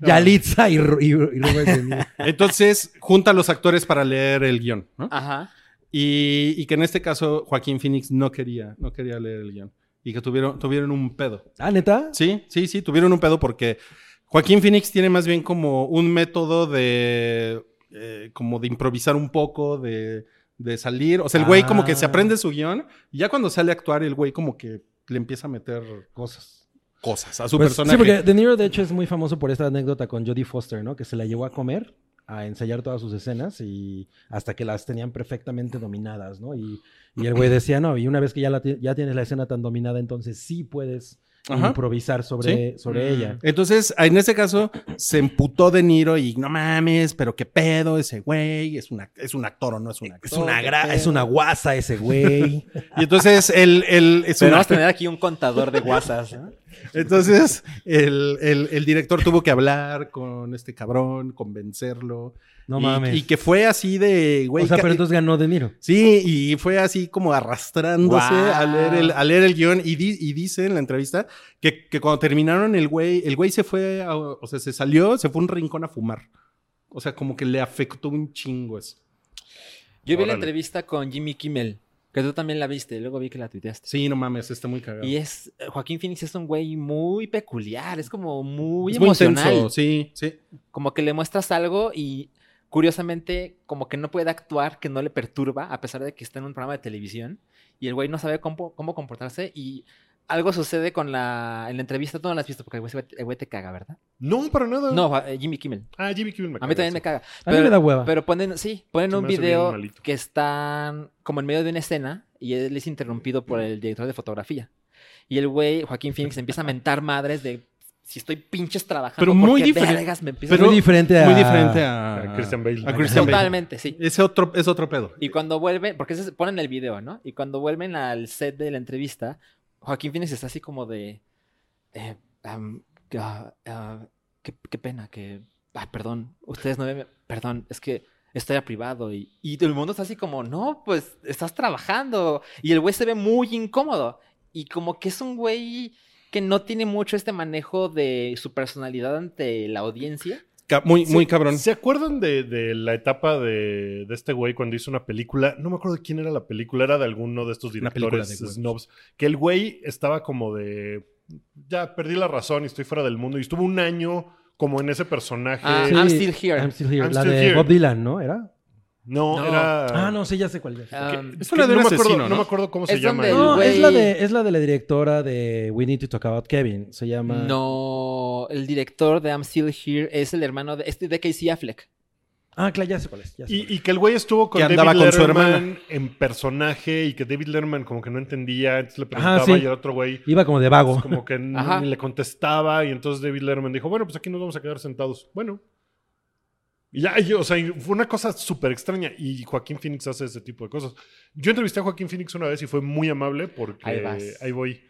Yalitza y, Ro- y- y Robert De Niro.
Entonces junta a los actores para leer el guión, ¿no?
Ajá.
Y, y que en este caso Joaquín Phoenix no quería, no quería leer el guión. Y que tuvieron, tuvieron un pedo.
Ah, neta.
Sí, sí, sí, tuvieron un pedo porque Joaquín Phoenix tiene más bien como un método de eh, como de improvisar un poco, de, de salir. O sea, el güey como que se
Ah.
aprende su guión y ya cuando sale a actuar, el güey como que le empieza a meter cosas. Cosas a su
Pues,
personaje.
Sí, porque De Niro, de hecho, es muy famoso por esta anécdota con Jodie Foster, ¿no? Que se la llevó a comer, a ensayar todas sus escenas y hasta que las tenían perfectamente dominadas, ¿no? Y, y el güey decía, no, y una vez que ya, la ti- ya tienes la escena tan dominada, entonces sí puedes
Ajá.
improvisar sobre, sobre
Mm.
ella.
Entonces, en ese caso, se emputó De Niro y no mames, pero qué pedo ese güey, es, una, es un actor o no es un actor.
Es una,
qué
gra-
pedo.
es una guasa ese güey.
Y entonces, el, el, es
Pero
una-
vamos a tener aquí un contador de guasas. ¿no?
Entonces, el, el- el director tuvo que hablar con este cabrón, convencerlo.
No
Y-
mames.
Y que fue así de, güey.
o sea,
ca-
pero entonces ganó De Niro.
Sí, y fue así como arrastrándose
Guau.
a, leer el, a leer el guión. Y, di- y dice en la entrevista que, que cuando terminaron, el güey, el güey se fue, a- o sea, se salió, se fue a un rincón a fumar. O sea, como que le afectó un chingo eso.
Yo vi
Órale.
la entrevista con Jimmy Kimmel, que tú también la viste, y luego vi que la tuiteaste.
Sí, no mames, está muy cagado.
Y es, Joaquín Phoenix es un güey muy peculiar, es como muy
Es
emocional.
intenso, sí, sí.
como que le muestras algo y curiosamente como que no puede actuar, que no le perturba, a pesar de que está en un programa de televisión y el güey no sabe cómo, cómo comportarse y algo sucede con la... En la entrevista tú no la has visto porque el güey, se- el güey te caga, ¿verdad?
No, para nada.
No, eh, Jimmy Kimmel.
Ah, Jimmy Kimmel me
A mí también me
caga.
caga.
A mí me da
Ah.
hueva.
Pero ponen, sí, ponen
Se
un
me hace
video
bien malito.
que están como en medio de una escena y él es interrumpido por el director de fotografía. Y el güey, Joaquín Phoenix, empieza a mentar madres de si estoy pinches trabajando.
Pero
¿por
muy
qué
diferente-
vergas me empiezas
pero-
muy diferente a...
Muy diferente a,
A Ah, Christian Bale.
A Christian Bale.
Totalmente, sí.
Ese otro, es otro pedo.
Y cuando vuelven, porque ese es- ponen el video, ¿no? Y cuando vuelven al set de la entrevista, Joaquín Phoenix está así como de... eh, am, que, ah, ah, qué, qué pena, que... ah, perdón, ustedes no me... Perdón, es que estoy a privado. Y, y todo el mundo está así como, no, pues estás trabajando. Y el güey se ve muy incómodo. Y como que es un güey que no tiene mucho este manejo de su personalidad ante la audiencia.
Ca- muy, muy cabrón.
¿Se acuerdan de, de la etapa de, de este güey cuando hizo una película? No me acuerdo de quién era la película, era de alguno de estos
Una película
directores
de güey.
snobs. Que el güey estaba como de. Ya perdí la razón y estoy fuera del mundo. Y estuvo un año como en ese personaje.
Ah, I'm Still Here.
I'm still here.
I'm
la
still
de
here.
Bob Dylan, ¿no? ¿Era?
No,
No.
era.
Ah, no, sí, ya sé cuál es.
Ah,
que-
Um,
es una
que
de un
me acuerdo-
asesino, ¿no?
me acuerdo cómo se
Es
llama.
donde
el-
el
No,
güey-
es la, de, es la de la directora de We Need to Talk About Kevin. Se llama.
No, el director de I'm Still Here es el hermano de este de Casey Affleck.
Ah, claro, ya sé cuál es. ya sé cuál
Y, y que el güey estuvo con
Que
David
andaba con su
Letterman en personaje y que David Letterman como que no entendía, entonces le preguntaba
sí.
y el otro güey
es. Iba como de vago.
como que n-
Ajá.
ni le contestaba y entonces David Letterman dijo, bueno, pues aquí nos vamos a quedar sentados. Bueno. Y ya, y, o sea, y fue una cosa súper extraña y Joaquín Phoenix hace ese tipo de cosas. Yo entrevisté a Joaquín Phoenix una vez y fue muy amable porque
Ahí vas.
ahí voy.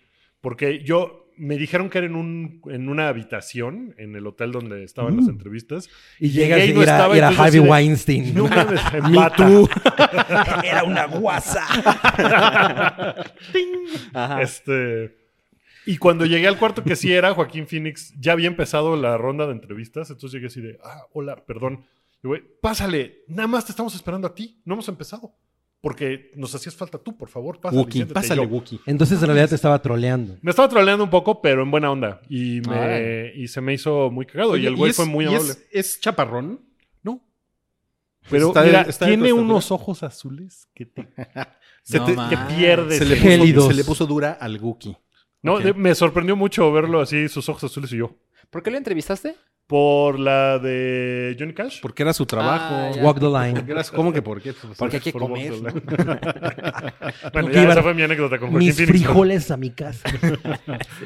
Porque yo me dijeron que era en, un, en una habitación en el hotel donde estaban
Mm.
las entrevistas.
Y llega
llegué
y, no era, y era
entonces
Harvey
así de,
Weinstein.
No mames, en bata.
era una guasa.
Este. Y cuando llegué al cuarto que sí era, Joaquín Phoenix ya había empezado la ronda de entrevistas, entonces llegué así de, ah, hola, perdón. Y güey, pásale, nada más te estamos esperando a ti, no hemos empezado. Porque nos hacías falta tú, por favor, pásale.
Wookie,
siéntate". Y
pásale,
yo,
Wookie.
Entonces en realidad te estaba troleando.
Me estaba troleando un poco, pero en buena onda. Y, me-
Órale.
y se me hizo muy cagado. y
Oye,
el güey
es-
fue muy
y es-
amable.
¿Es, chaparrón? No.
pero
Pues está de-
mira,
está de
tiene
costatura.
unos ojos azules que te, se
No
te-
mames.
que pierdes.
Se le,
Gélidos.
puso, se le puso dura al Wookie.
No,
Ok.
de- me sorprendió mucho verlo así, sus ojos azules y yo.
¿Por qué lo entrevistaste?
Por la de Johnny Cash.
Porque era su trabajo.
Ah, ya.
Walk the line.
Porque era su- ¿Cómo que por qué? Pues,
Porque hay que
Por Bob
comer.
Dylan.
Tengo
bueno,
que
ya,
llevar
esa fue mi anécdota con Joaquín
Mis
Phoenix.
frijoles a mi casa.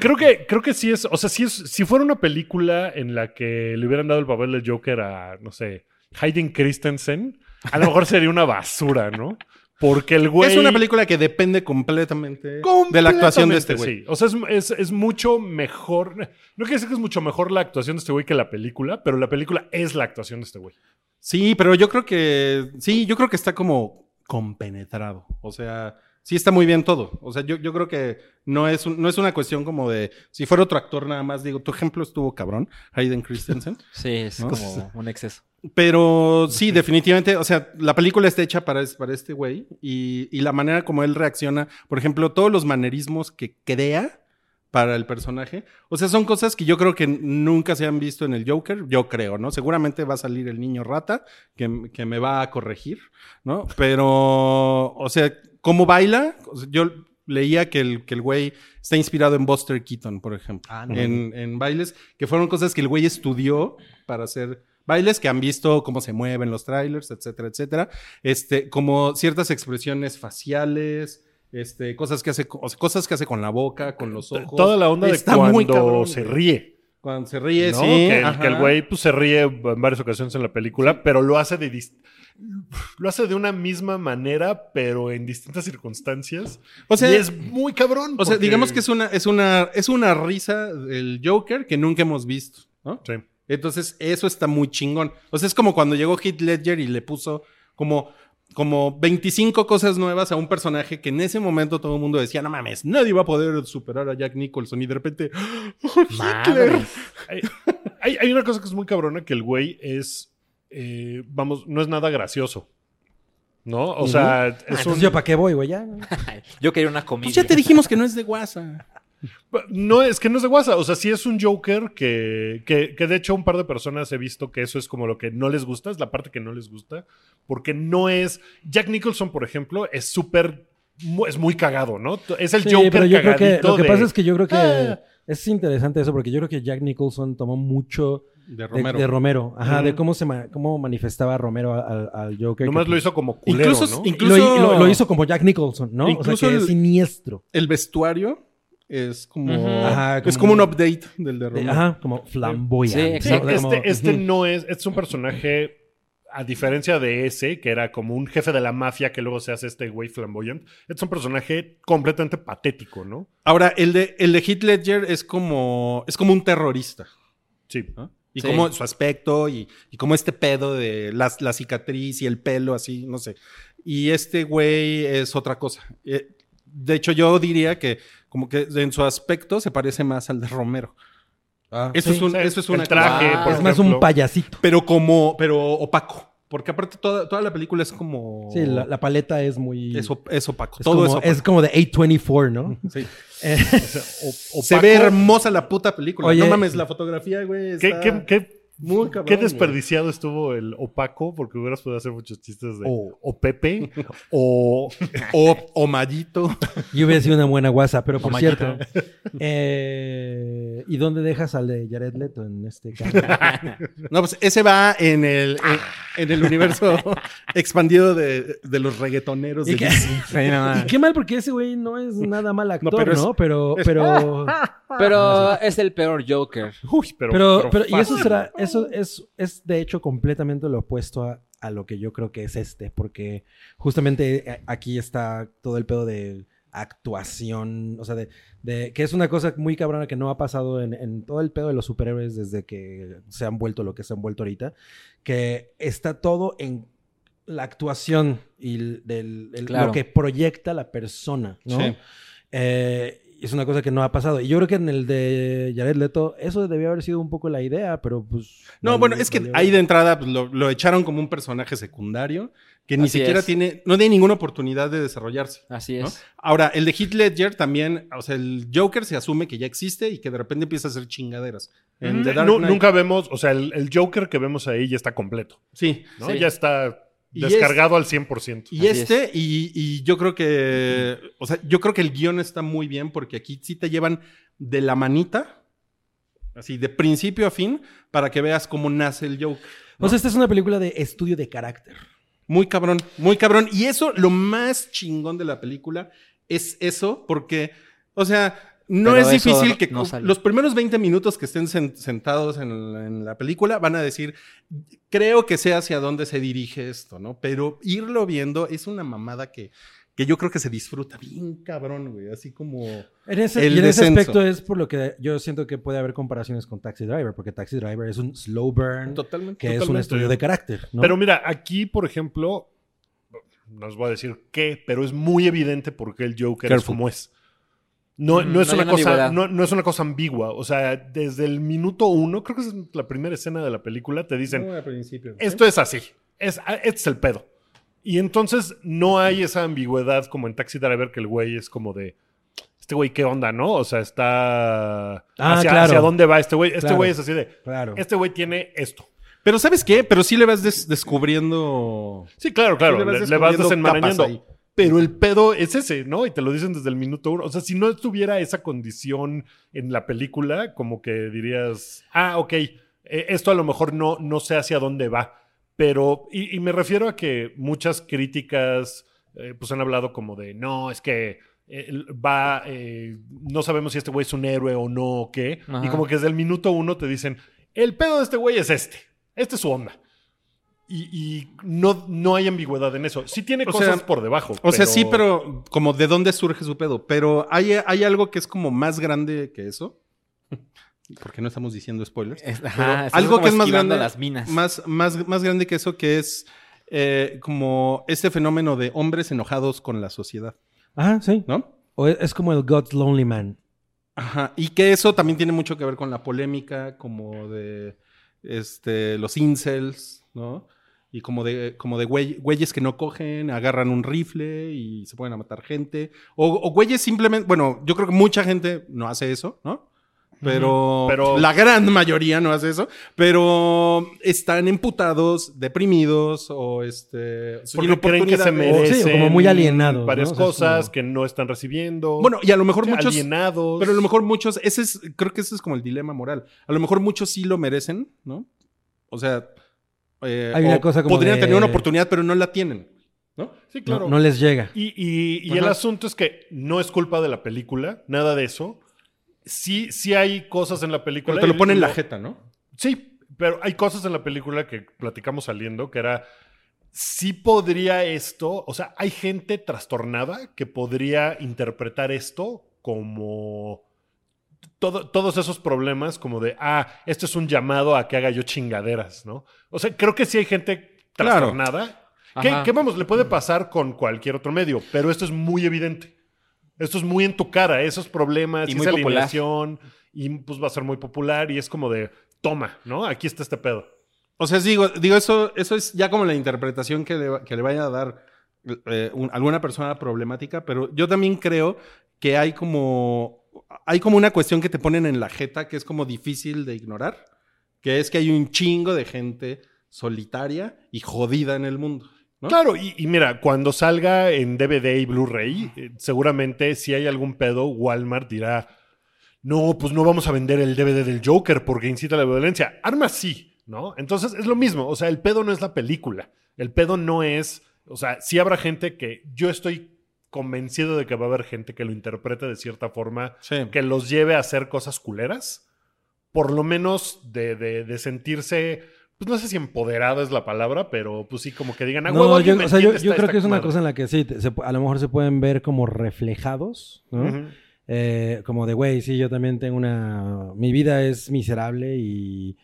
Creo que, creo que sí es, o sea, sí es, si fuera una película en la que le hubieran dado el papel de Joker a, no sé, Hayden Christensen, a lo mejor sería una basura, ¿no? Porque el güey...
Es una película que depende completamente, de la actuación de este güey.
Sí, o sea, es, es- es mucho mejor. No quiere decir que es mucho mejor la actuación de este güey que la película, pero la película es la actuación de este güey.
Sí, pero yo creo que. Sí, yo creo que está como compenetrado. O sea, sí está muy bien todo. O sea, yo, yo creo que no es, un- no es una cuestión como de. Si fuera otro actor nada más, digo, tu ejemplo estuvo cabrón, Hayden Christensen.
Sí, es
¿No?
como un exceso.
Pero sí, definitivamente, o sea, la película está hecha para, es- para este güey y, y la manera como él reacciona, por ejemplo, todos los manerismos que crea para el personaje, o sea, son cosas que yo creo que nunca se han visto en el Joker, yo creo, ¿no? Seguramente va a salir el niño rata que, m- que me va a corregir, ¿no? Pero, o sea, ¿cómo baila? O sea, yo leía que el, que el güey está inspirado en Buster Keaton, por ejemplo,
Ah, no.
en, en bailes, que fueron cosas que el güey estudió para hacer bailes, que han visto cómo se mueven los trailers, etcétera, etcétera, este, como ciertas expresiones faciales. Este, cosas que hace co- o sea, cosas que hace con la boca con los ojos
Toda la onda de
Está
cuando
muy cabrón,
se
güey.
ríe.
cuando se ríe
¿no?
sí
que, el-
ajá.
que el güey pues, se ríe en varias ocasiones en la película, pero lo hace de dis- lo hace de una misma manera, pero en distintas circunstancias.
o sea
y es muy cabrón.
o sea
porque-
digamos que es una es una es una risa del Joker que nunca hemos visto no
Sí.
Entonces, eso está muy chingón. O sea, es como cuando llegó Heath Ledger y le puso como, como 25 cosas nuevas a un personaje que en ese momento todo el mundo decía, no mames, nadie va a poder superar a Jack Nicholson. Y de repente, ¡Oh, Hitler!
Hay, hay una cosa que es muy cabrona que el güey es, eh, vamos, no es nada gracioso. ¿No? O sea,
Ah,
es
entonces
un-
yo para qué voy, güey, ya.
Yo quería una comida.
Pues ya te dijimos que no es de guasa.
No, es que no es de guasa. O sea, sí es un Joker que, que, que de hecho un par de personas he visto que eso es como lo que no les gusta, es la parte que no les gusta, porque no es... Jack Nicholson, por ejemplo, es súper... mu- Es muy cagado, ¿no? Es el
Sí,
Joker
pero yo creo que
cagadito
lo que
de-
pasa es que yo creo que
Ah.
es interesante eso porque yo creo que Jack Nicholson tomó mucho
De
de de Romero,
Romero.
ajá,
Ujú.
de cómo se ma- cómo manifestaba Romero al, al Joker.
Nomás
que- pues
lo hizo como culero, ¿no?
Incluso- incluso-
y lo, y lo- lo hizo como Jack Nicholson, ¿no? o
Incluso
sea, que es
el-
siniestro.
El vestuario es como...
Ujú.
Ajá,
Es como un update del de
de-
Romero.
ajá, como flamboyante.
Sí,
¿no?
exacto.
O sea, como-
Este, este
ujú.
no es... Este es un personaje... A diferencia de ese, que era como un jefe de la mafia que luego se hace este güey flamboyant, este es un personaje completamente patético, ¿no?
Ahora, el de, el de Heath Ledger es como, es como un terrorista.
Sí.
¿no? Y
Sí.
como su aspecto y, y como este pedo de las- la cicatriz y el pelo, así, no sé. Y este güey es otra cosa. Eh, de hecho, yo diría que como que en su aspecto se parece más al de Romero. eso,
sí.
es un-
Sí,
eso es
el
una
traje,
cosa.
por
es más
ejemplo.
un payasito.
Pero como, pero opaco. Porque aparte toda, toda la película es como...
Sí, la, la paleta es muy
es, op- es opaco.
es
Todo
como,
es opaco.
es como de 824, ¿no?
Sí.
Eh,
Se ve hermosa la puta película.
Oye.
no mames, la fotografía, güey.
¿Qué,
está
qué- qué-
muy cabrón,
qué
güey.
desperdiciado estuvo el opaco, porque hubieras podido hacer muchos chistes de
O-
o, Pepe o
O, o Mallito.
Yo hubiera sido una buena guasa, pero por
Como
cierto. eh, ¿Y dónde dejas al de Jared Leto en este caso?
No, pues ese va en el, en, en el universo expandido de, de los reggaetoneros.
¿Y
De
qué?
DC.
Y qué mal, porque ese güey no es nada mal actor, ¿no?
pero
Pero,
es-
pero,
es-
pero,
Pero es el peor Joker.
Uy, pero,
pero, y eso
fácil.
será, eso es, es de hecho completamente lo opuesto a, a lo que yo creo que es este, porque justamente eh, aquí está todo el pedo de actuación, o sea, de, de- que es una cosa muy cabrona que no ha pasado en, en todo el pedo de los superhéroes desde que se han vuelto lo que se han vuelto ahorita, que está todo en la actuación y el- del, el-
Claro.
lo que proyecta la persona, ¿no?
Sí.
Eh, es una cosa que no ha pasado. Y yo creo que en el de Jared Leto, eso debió haber sido un poco la idea, pero pues.
No,
valió-
bueno, es que
valió-
ahí de entrada pues, lo, lo echaron como un personaje secundario que ni
Así
siquiera
es.
tiene, no tiene ninguna oportunidad de desarrollarse.
Así
¿no?
es.
Ahora, el de Heath Ledger también, o sea, el Joker se asume que ya existe y que de repente empieza a hacer chingaderas. En The Dark
Nu-
Knight-
nunca vemos, o sea, el, el Joker que vemos ahí ya está completo,
Sí.
¿no?
Sí.
Ya está
Y es-
descargado al 100%.
Y
Así
este, y, y yo creo que, o sea, yo creo que el guión está muy bien porque aquí sí te llevan de la manita, así de principio a fin, para que veas cómo nace el Joker.
O sea, esta es una película de estudio de carácter.
Muy cabrón, muy cabrón. Y eso, lo más chingón de la película es eso, porque, o sea, no
Pero eso
es difícil
no-
que
no sale.
los primeros 20 minutos que estén sen- sentados en, la- en la película van a decir, creo que sé hacia dónde se dirige esto, ¿no? Pero irlo viendo es una mamada que, que yo creo que se disfruta bien cabrón, güey, así como...
En ese,
El
y en ese
descenso.
aspecto es por lo que yo siento que puede haber comparaciones con Taxi Driver, porque Taxi Driver es un slow burn,
Totalmente.
que es un estudio de carácter. ¿no?
Pero mira, aquí, por ejemplo, nos voy a decir qué, pero es muy evidente por qué el Joker es
Careful.
como es. No, no, es una
No hay una
cosa,
ambigüedad.
no, no es una cosa ambigua. O sea, desde el minuto uno, creo que es la primera escena de la película, te dicen,
Muy al principio.
esto es así. Es, ah, este es el pedo. Y entonces no hay esa ambigüedad como en Taxi Driver que el güey es como de. Este güey, ¿qué onda, no? O sea, está.
Ah,
hacia,
claro.
hacia dónde va este güey? Este
Claro.
güey es así de.
claro.
Este güey tiene esto.
Pero ¿sabes qué? Pero sí le vas des- descubriendo...
Sí, claro, claro.
Sí, le vas
le, le vas
descubriendo capas
desenmarañando.
ahí.
Pero el pedo es ese, ¿no? Y te lo dicen desde el minuto uno. O sea, si no estuviera esa condición en la película, como que dirías, ah, ok, eh, esto a lo mejor no, no sé hacia dónde va. Pero, y, y me refiero a que muchas críticas, eh, pues han hablado como de, no, es que eh, va, eh, no sabemos si este güey es un héroe o no, o qué. Y
Ajá.
como que desde el minuto uno te dicen, el pedo de este güey es este, este es su onda. Y, y no, no hay ambigüedad en eso. Sí tiene
O
cosas
sea,
por debajo.
O sea, sí, pero como de dónde surge su pedo. Pero hay, hay algo que es como más grande que eso. Porque no estamos diciendo spoilers.
Es-
Pero
ajá, estás
algo
como
que es más
esquivando
grande.
las minas.
Más, más, más grande que eso, que es eh, como este fenómeno de hombres enojados con la sociedad,
Ajá, sí.
¿no?
O es, es como el God's Lonely Man.
Ajá. Y que eso también tiene mucho que ver con la polémica, como de este, los incels, ¿no? Y como de, como de güey- güeyes que no cogen, agarran un rifle y se ponen a matar gente. O, o güeyes simplemente, bueno, yo creo que mucha gente no hace eso, ¿no? Pero,
Ujú, pero-
la gran mayoría no hace eso. Pero están emputados, deprimidos o este...
Porque
sin
creen que se
oportunidad de-
merecen.
Sí, o como muy alienados,
Varias
¿no? O sea, es
cosas
como-
que no están recibiendo.
Bueno, y a lo mejor
Sí,
muchos...
alienados.
Pero a
Pues
lo mejor muchos, ese es, creo que ese es como el dilema moral. A lo mejor muchos sí lo merecen, ¿no? O sea, eh,
Hay una
o
cosa como
podrían
de-
tener una oportunidad, pero no la tienen, ¿no?
Sí,
No-
claro.
no les llega.
Y, y- y el
Ajá.
asunto es que no es culpa de la película, nada de eso. Sí, sí hay cosas en la película.
Pero te lo
y
ponen en la jeta, ¿no?
Sí, pero hay cosas en la película que platicamos saliendo que era. Sí podría esto, o sea, hay gente trastornada que podría interpretar esto como todo- todos esos problemas, como de, ah, esto es un llamado a que haga yo chingaderas, ¿no? O sea, creo que sí hay gente
Claro.
trastornada. Que,
Ajá.
que, vamos, le puede pasar con cualquier otro medio, pero esto es muy evidente. Esto es muy en tu cara, esos problemas,
Y
y
muy
esa
popular.
alineación, y pues va a ser muy popular, y es como de, toma, ¿no? Aquí está este pedo.
O sea, digo, digo eso, eso es ya como la interpretación que le, va- que le vaya a dar eh, un- alguna persona problemática, pero yo también creo que hay como, hay como una cuestión que te ponen en la jeta que es como difícil de ignorar, que es que hay un chingo de gente solitaria y jodida en el mundo. ¿no?
Claro, y, y mira, cuando salga en DVD y Blu-ray, eh, seguramente si hay algún pedo, Walmart dirá, no, pues no vamos a vender el DVD del Joker porque incita a la violencia. Armas sí, ¿no? Entonces es lo mismo, o sea, el pedo no es la película, el pedo no es, o sea, sí habrá gente que yo estoy convencido de que va a haber gente que lo interprete de cierta forma
Sí.
que los lleve a hacer cosas culeras, por lo menos de, de- de sentirse, pues no sé si empoderado es la palabra, pero pues sí, como que digan, ah,
No,
huevo,
yo,
alguien me
o sea, yo,
entiende
yo
esta-
creo que es
esta
una
madre".
cosa en la que sí, te- se pu- a lo mejor se pueden ver como reflejados, ¿no?
Ujú.
Eh, como de, güey, sí, yo también tengo una... Mi vida es miserable y,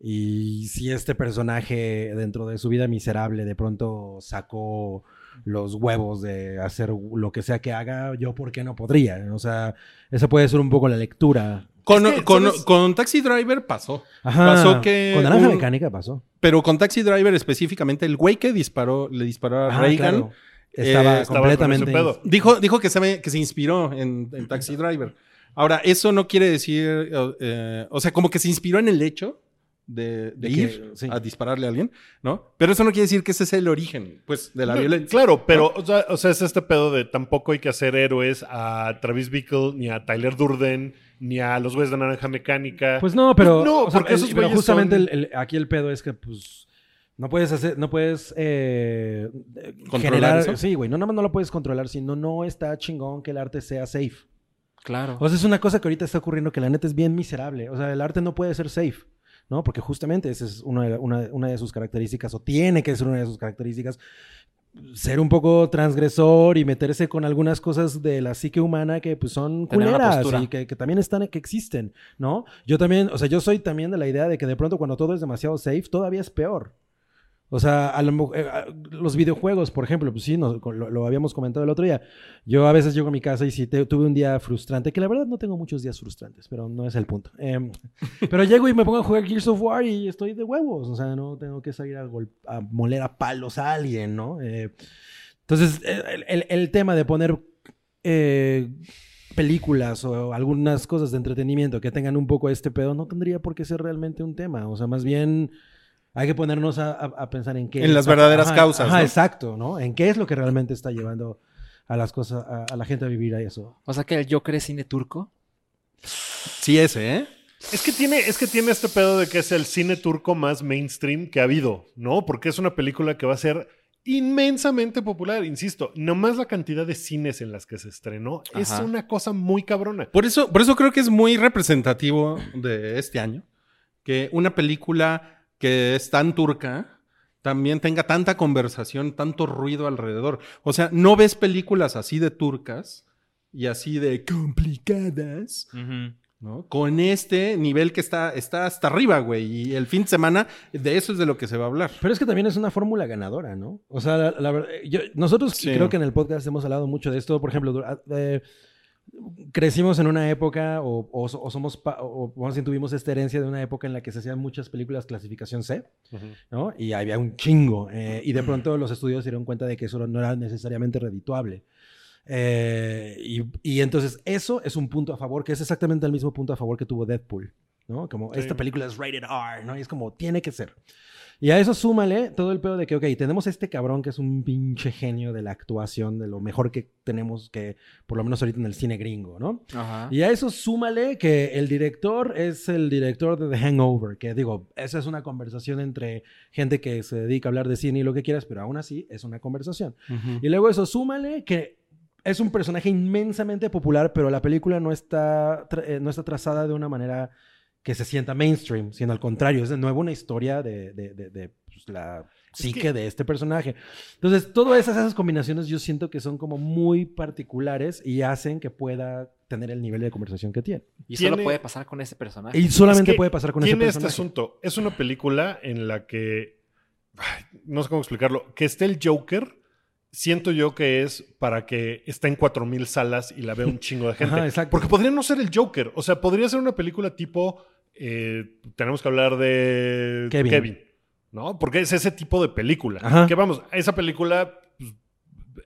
y si este personaje dentro de su vida miserable de pronto sacó los huevos de hacer lo que sea que haga, yo por qué no podría. O sea, esa puede ser un poco la lectura.
Con,
Es que,
con-
¿sabes?
con Taxi Driver pasó.
Ajá.
Pasó que
Con Naranja
un-
Mecánica pasó.
Pero con Taxi Driver específicamente, el güey que disparó, le disparó a
Ah,
Reagan, eh,
claro. Estaba
estaba con
completamente.
ese pedo.
dijo, dijo que, se, que se inspiró en, en Taxi Driver. Ahora, eso no quiere decir, eh, eh, o sea, como que se inspiró en el hecho de, de
De que-
ir
sí.
a dispararle a alguien, ¿no? Pero eso no quiere decir que ese es el origen, pues, de la violencia.
Claro, pero o sea, o sea, es este pedo de tampoco hay que hacer héroes a Travis Bickle, ni a Tyler Durden, ni a los güeyes de Naranja Mecánica.
Pues no, pero.
No,
o sea,
porque
el-
esos
pero
güeyes
justamente
son-
el- el- aquí el pedo es que, pues. No puedes hacer, no puedes eh,
¿Controlar
generar.
eso?
Sí, güey. No, nada más no lo puedes controlar, sino no está chingón que el arte sea safe.
Claro.
O sea, es una cosa que ahorita está ocurriendo que la neta es bien miserable. O sea, el arte no puede ser safe, ¿no? Porque justamente esa es una de, una- una de sus características, o tiene que ser una de sus características, ser un poco transgresor y meterse con algunas cosas de la psique humana que pues son
Tener una
culeras
postura.
y que, que también están, que existen, ¿no? Yo también, o sea, yo soy también de la idea de que de pronto cuando todo es demasiado safe, todavía es peor. O sea, a lo mo- eh, a- los videojuegos, por ejemplo, pues sí, nos- lo, lo habíamos comentado el otro día. Yo a veces llego a mi casa y si te- tuve un día frustrante, que la verdad no tengo muchos días frustrantes, pero no es el punto. Em, pero llego y me pongo a jugar Gears of War y estoy de huevos. O sea, no tengo que salir a, gol- a moler a palos a alguien, ¿no? Eh, entonces, eh, el, el- el tema de poner eh, películas o algunas cosas de entretenimiento que tengan un poco este pedo no tendría por qué ser realmente un tema. O sea, más bien hay que ponernos a, a- a pensar en qué.
En las verdaderas
Ajá,
causas,
ajá,
¿no?
exacto, ¿no? En qué es lo que realmente está llevando a las cosas, a, a la gente a vivir a eso.
O sea que el Joker es cine turco.
Sí, ese, ¿eh?
Es que tiene, es que tiene este pedo de que es el cine turco más mainstream que ha habido, ¿no? Porque es una película que va a ser inmensamente popular, insisto. Nomás la cantidad de cines en las que se estrenó es
Ajá.
una cosa muy cabrona.
Por eso, por eso creo que es muy representativo de este año que una película que es tan turca también tenga tanta conversación, tanto ruido alrededor. O sea, no ves películas así de turcas y así de complicadas, ¿no? Con este nivel que está, está hasta arriba, güey. Y el fin de semana, de eso es de lo que se va a hablar.
Pero es que también es una fórmula ganadora, ¿no? O sea, la, la verdad, yo- nosotros
Sí.
creo que en el podcast hemos hablado mucho de esto. Por ejemplo, dura- eh, crecimos en una época o, o so- o somos, pa- o, o más bien tuvimos esta herencia de una época en la que se hacían muchas películas clasificación C, ¿no? Y había un chingo. eh, y de pronto los estudios se dieron cuenta de que eso no era necesariamente redituable. Eh, y, y entonces eso es un punto a favor, que es exactamente el mismo punto a favor que tuvo Deadpool, ¿no? Como
Sí.
esta película es rated R, ¿no? Y es como, tiene que ser. Y a eso súmale todo el pedo de que, ok, tenemos este cabrón que es un pinche genio de la actuación, de lo mejor que tenemos que, por lo menos ahorita en el cine gringo, ¿no?
Ajá.
Y a eso súmale que el director es el director de The Hangover, que digo, esa es una conversación entre gente que se dedica a hablar de cine y lo que quieras, pero aún así es una conversación. Y luego eso súmale que es un personaje inmensamente popular, pero la película no está, tra- eh, no está trazada de una manera que se sienta mainstream, sino al contrario, es de nuevo una historia de, de- de- de, pues, la psique
que-
de este personaje. Entonces, todas esas, esas combinaciones yo siento que son como muy particulares y hacen que pueda tener el nivel de conversación que tiene.
Y solo
Tiene-
puede pasar con ese personaje.
Y
Ah,
solamente
Es que
puede pasar con ese
Tiene
personaje.
este asunto. Es una película en la que. ay, no sé cómo explicarlo. Que esté el Joker, siento yo que es para que esté en 4000 salas y la vea un chingo de gente.
Ajá, exacto.
Porque podría no ser el Joker. O sea, podría ser una película tipo. eh, tenemos que hablar de
Kevin.
Kevin. ¿No? Porque es ese tipo de película.
Ajá.
Que vamos, esa película. pues,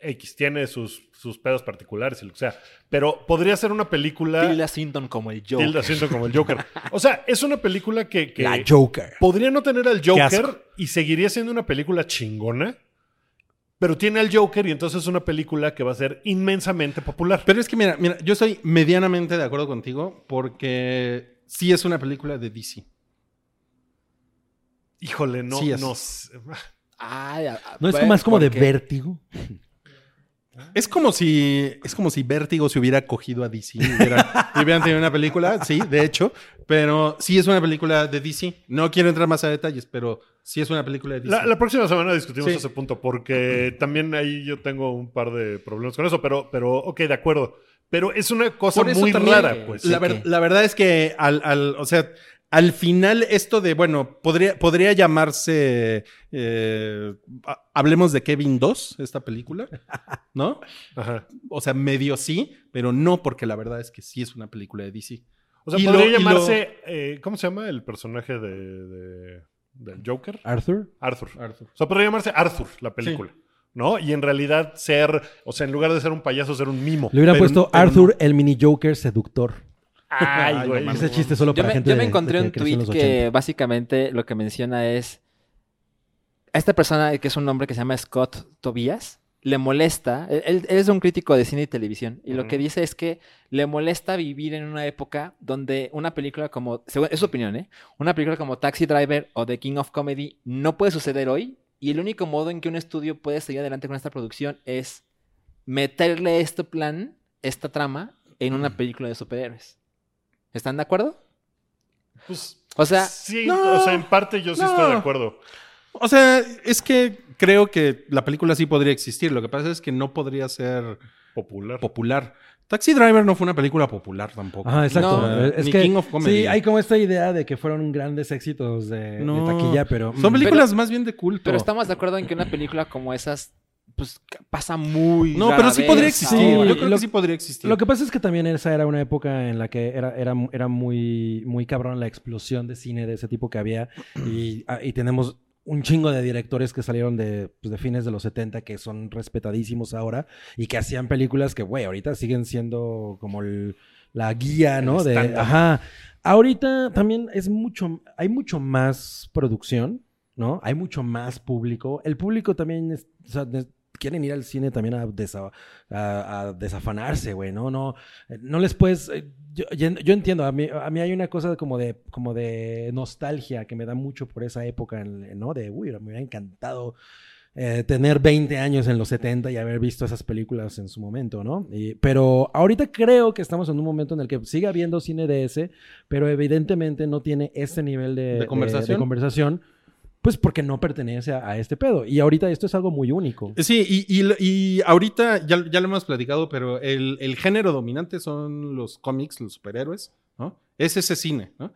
X tiene sus, sus pedos particulares y lo que sea. Pero podría ser una película.
Tilda Swinton como el Joker.
Tilda Swinton como el Joker. O sea, es una película que, que
La Joker.
podría no tener al
asco.
Joker y seguiría siendo una película chingona, pero tiene al Joker y entonces es una película que va a ser inmensamente popular.
Pero es que mira, mira, yo estoy medianamente de acuerdo contigo porque sí es una película de DC.
Híjole, no,
Sí es.
no sé.
Ay, ah, ah,
¿No es
bueno,
más como de
porque-
vértigo?
Es como si es como si Vértigo se hubiera cogido a DC y hubiera- y hubieran tenido una película, sí, de hecho, pero sí es una película de DC. No quiero entrar más a detalles, pero sí es una película de DC.
La, la próxima semana discutimos
Sí.
ese punto porque también ahí yo tengo un par de problemas con eso, pero, pero ok, de acuerdo. Pero es una cosa
Por eso
muy
también,
rara,
eh,
pues.
La,
Sí
ver-
que-
la verdad es que al, al- o sea, Al final, esto de, bueno, podría, podría llamarse, eh, ha- hablemos de Kevin 2, esta película, ¿no?
Ajá.
O sea, medio sí, pero no porque la verdad es que sí es una película de DC.
O sea,
Y lo-
podría
y lo-
llamarse. eh, ¿Cómo se llama el personaje de, de- del Joker?
Arthur.
Arthur. O sea, podría llamarse Arthur la película. ¿No? Y en realidad ser, o sea, en lugar de ser un payaso, ser un mimo.
Le hubiera
Pero-
puesto
pero no.
Arthur, el mini Joker seductor.
Ay,
Ay,
güey.
no mames.
Ese chiste solo
Yo
para
me,
gente
yo me
de-
encontré
de
un
creció en
tweet
los
que básicamente lo que menciona es a esta persona que es un hombre que se llama Scott Tobias le molesta, él, él es un crítico de cine y televisión y lo
Ujú.
que dice es que le molesta vivir en una época donde una película como según- es su opinión, ¿eh? Una película como Taxi Driver o The King of Comedy no puede suceder hoy y el único modo en que un estudio puede seguir adelante con esta producción es meterle este plan, esta trama en una película de superhéroes. ¿Están de acuerdo?
Pues,
O sea,
sí, o
no,
sea, en parte yo sí estoy de
no.
acuerdo.
O sea, es que creo que la película sí podría existir. Lo que pasa es que no podría ser
Popular.
popular. Taxi Driver no fue una película popular tampoco.
Ajá, exacto.
No,
Eh, es
ni
que,
King of Comedy.
Sí, hay como esta idea de que fueron grandes éxitos de, de
No.
taquilla, pero.
Son
mm,
películas más bien de culto.
pero estamos de acuerdo en que una película como esas, pues ca- pasa muy.
No,
rara
pero sí
vez
podría
Sí,
existir.
ahora.
Yo creo
lo-
que sí podría existir.
Lo que pasa es que también esa era una época en la que era, era, era muy, muy cabrón la explosión de cine de ese tipo que había. Y, ah, y tenemos un chingo de directores que salieron de, pues, de fines de los 70 que son respetadísimos ahora y que hacían películas que, güey, ahorita siguen siendo como el- la guía, ¿no? De,
estándar.
ajá. Ahorita también es mucho, hay mucho más producción, ¿no? Hay mucho más público. El público también es- o sea, des- quieren ir al cine también a, desa- a- a desafanarse, güey, ¿no? No, eh, no les puedes... eh, Yo, yo en- yo entiendo, a mí, a mí hay una cosa como de, como de nostalgia que me da mucho por esa época, en- ¿no? De, uy, me hubiera encantado eh, tener 20 años en los 70 y haber visto esas películas en su momento, ¿no? Y- pero ahorita creo que estamos en un momento en el que sigue habiendo cine de ese, pero evidentemente no tiene este nivel de,
¿De conversación?
conversación, pues porque no pertenece a, a este pedo. Y ahorita esto es algo muy único.
Sí, y, y- y ahorita ya, ya lo hemos platicado, pero el, el género dominante son los cómics, los superhéroes, ¿no? Es ese cine, ¿no?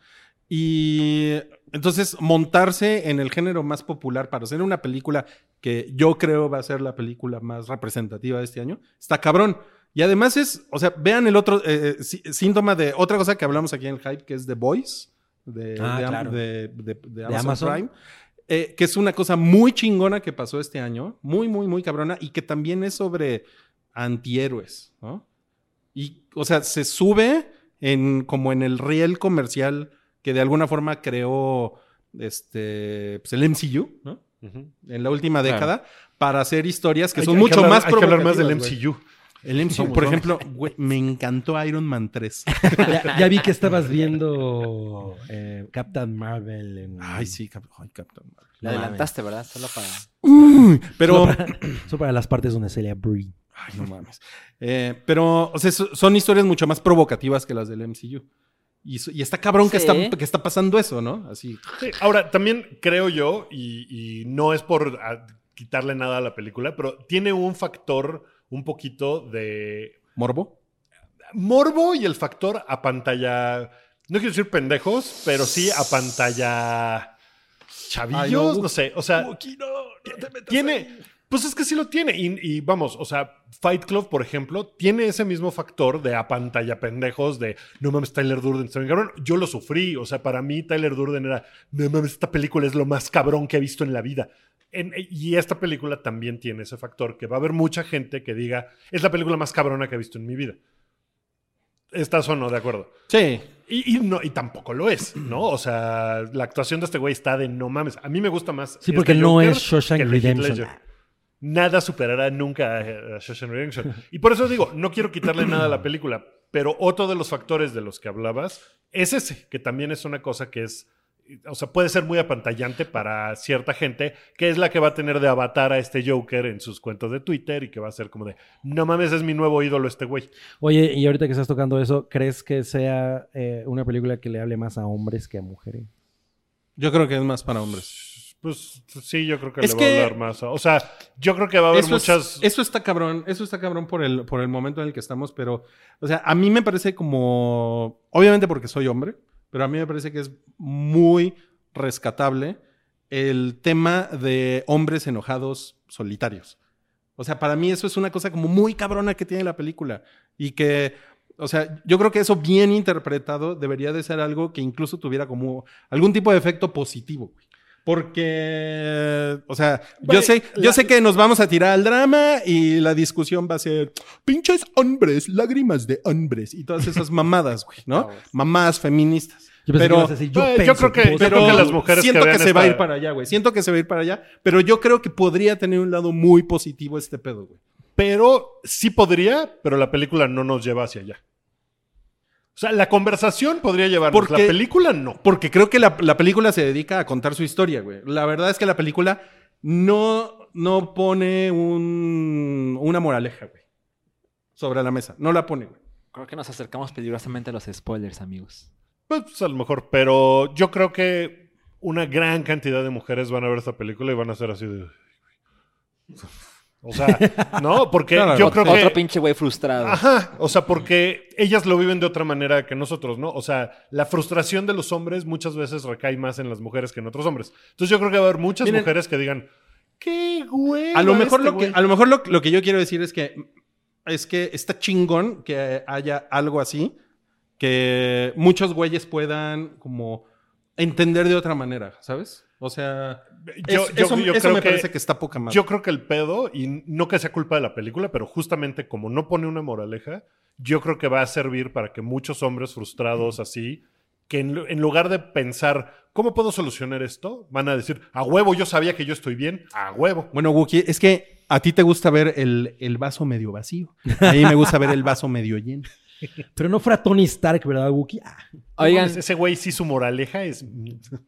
Y entonces montarse en el género más popular para hacer una película que yo creo va a ser la película más representativa de este año, está cabrón. Y además es, o sea, vean el otro eh, eh, sí- síntoma de otra cosa que hablamos aquí en el hype, que es The Voice, de,
Ah,
de Am-
claro.
de- de- de
De
Amazon,
Amazon.
Prime, eh, que es una cosa muy chingona que pasó este año, muy, muy, muy cabrona, y que también es sobre antihéroes, ¿no? Y, o sea, se sube en, como en el riel comercial que de alguna forma creó este, pues, el MCU, ¿no?
Ujú.
En la última
Claro.
década, para hacer historias que
Hay-
son
hay
mucho
hablar-
más
Hay que hablar más del
provocativas, güey.
MCU.
El MCU,
Somos
por
dos.
ejemplo, güey, me encantó Iron Man 3.
ya, ya vi que estabas viendo eh, Captain Marvel. en-
Ay, sí, cap- ay, Captain Marvel.
La
No
adelantaste, ¿verdad? Solo para.
Pero
Eso para las partes donde se le Brie.
Ay, no mames. Eh, pero, o sea, so- son historias mucho más provocativas que las del MCU. Y, so- y está cabrón que,
Sí.
está, que está pasando eso, ¿no? Así.
Sí, Ahora, también creo yo, y, y no es por ah, quitarle nada a la película, pero tiene un factor un poquito de
¿Morbo?
morbo y el factor a pantalla. No quiero decir pendejos, pero sí a pantalla chavillos,
Ay, no,
no,
Wu-
sé. O sea, tiene. Pues es que sí lo tiene. Y, y vamos, o sea, Fight Club, por ejemplo, tiene ese mismo factor de a pantalla pendejos, de no mames, Tyler Durden está bien cabrón. Yo lo sufrí. O sea, para mí, Tyler Durden era no mames, esta película es lo más cabrón que he visto en la vida. En- eh, y esta película también tiene ese factor, que va a haber mucha gente que diga, es la película más cabrona que he visto en mi vida. ¿Estás o no de acuerdo?
Sí.
Y, y no, y tampoco lo es, ¿no? O sea, la actuación de este güey está de no mames. A mí me gusta más.
Sí,
este
porque no
Joker
es Shawshank
que el de Heath
Redemption.
Ledger. Nada superará nunca a a Shawshank Redemption. Y por eso digo, no quiero quitarle nada a la película, pero otro de los factores de los que hablabas es ese, que también es una cosa que es. O sea, puede ser muy apantallante para cierta gente, que es la que va a tener de avatar a este Joker en sus cuentas de Twitter y que va a ser como de, no mames, es mi nuevo ídolo este güey.
Oye, y ahorita que estás tocando eso, ¿crees que sea eh, una película que le hable más a hombres que a mujeres?
Yo creo que es más para hombres.
Pues sí, yo creo que
Es
le va
que-
a hablar más. O sea, yo creo que va a haber
eso es-
muchas.
eso está cabrón, eso está cabrón por el, por el momento en el que estamos, pero, o sea, a mí me parece como, obviamente porque soy hombre, Pero a mí me parece que es muy rescatable el tema de hombres enojados solitarios. O sea, para mí eso es una cosa como muy cabrona que tiene la película y que, o sea, yo creo que eso bien interpretado debería de ser algo que incluso tuviera como algún tipo de efecto positivo, güey. Porque, o sea,
Güey,
yo sé, yo
la-
sé que nos vamos a tirar al drama y la discusión va a ser pinches hombres, lágrimas de hombres y todas esas mamadas, güey, ¿no? Mamás feministas.
Yo pensé que
Pero-
ibas a decir, yo
Pues, yo
pienso
creo que-
que vos-
yo creo que las mujeres
siento
que
que,
vean
se va a
esta-
ir para allá, güey. Siento que se va a ir para allá, pero yo creo que podría tener un lado muy positivo este pedo, güey.
Pero sí podría, pero la película no nos lleva hacia allá. O sea, la conversación podría llevarnos,
Porque-
la película no.
Porque creo que la, la película se dedica a contar su historia, güey. La verdad es que la película no, no pone un- una moraleja, güey. Sobre la mesa. No la pone, güey.
Creo que nos acercamos peligrosamente a los spoilers, amigos.
Pues, pues, a lo mejor, pero yo creo que una gran cantidad de mujeres van a ver esta película y van a ser así de... O sea, no, porque Ah,
Claro,
yo creo
otro-
que...
Otro pinche güey frustrado.
Ajá, o sea, porque ellas lo viven de otra manera que nosotros, ¿no? O sea, la frustración de los hombres muchas veces recae más en las mujeres que en otros hombres. Entonces yo creo que va a haber muchas
Miren,
mujeres que digan, qué este güey.
A lo mejor, lo que, a lo, mejor lo, lo que yo quiero decir es que, es que está chingón que haya algo así que muchos güeyes puedan como entender de otra manera, ¿sabes? O sea,
Yo,
es-
yo-
eso,
yo
eso
creo
me
que,
parece que está poca madre.
yo creo que el pedo, y no que sea culpa de la película, pero justamente como no pone una moraleja, yo creo que va a servir para que muchos hombres frustrados así, que en, lu- en lugar de pensar, ¿cómo puedo solucionar esto? Van a decir, a huevo, yo sabía que yo estoy bien, a huevo.
Bueno, Wookie, es que a ti te gusta ver el, el vaso medio vacío. A mí me gusta ver el vaso medio lleno.
Pero no fuera Tony Stark, ¿verdad, Wookie? Ah,
Oigan,
Mames, ese güey sí su moraleja es...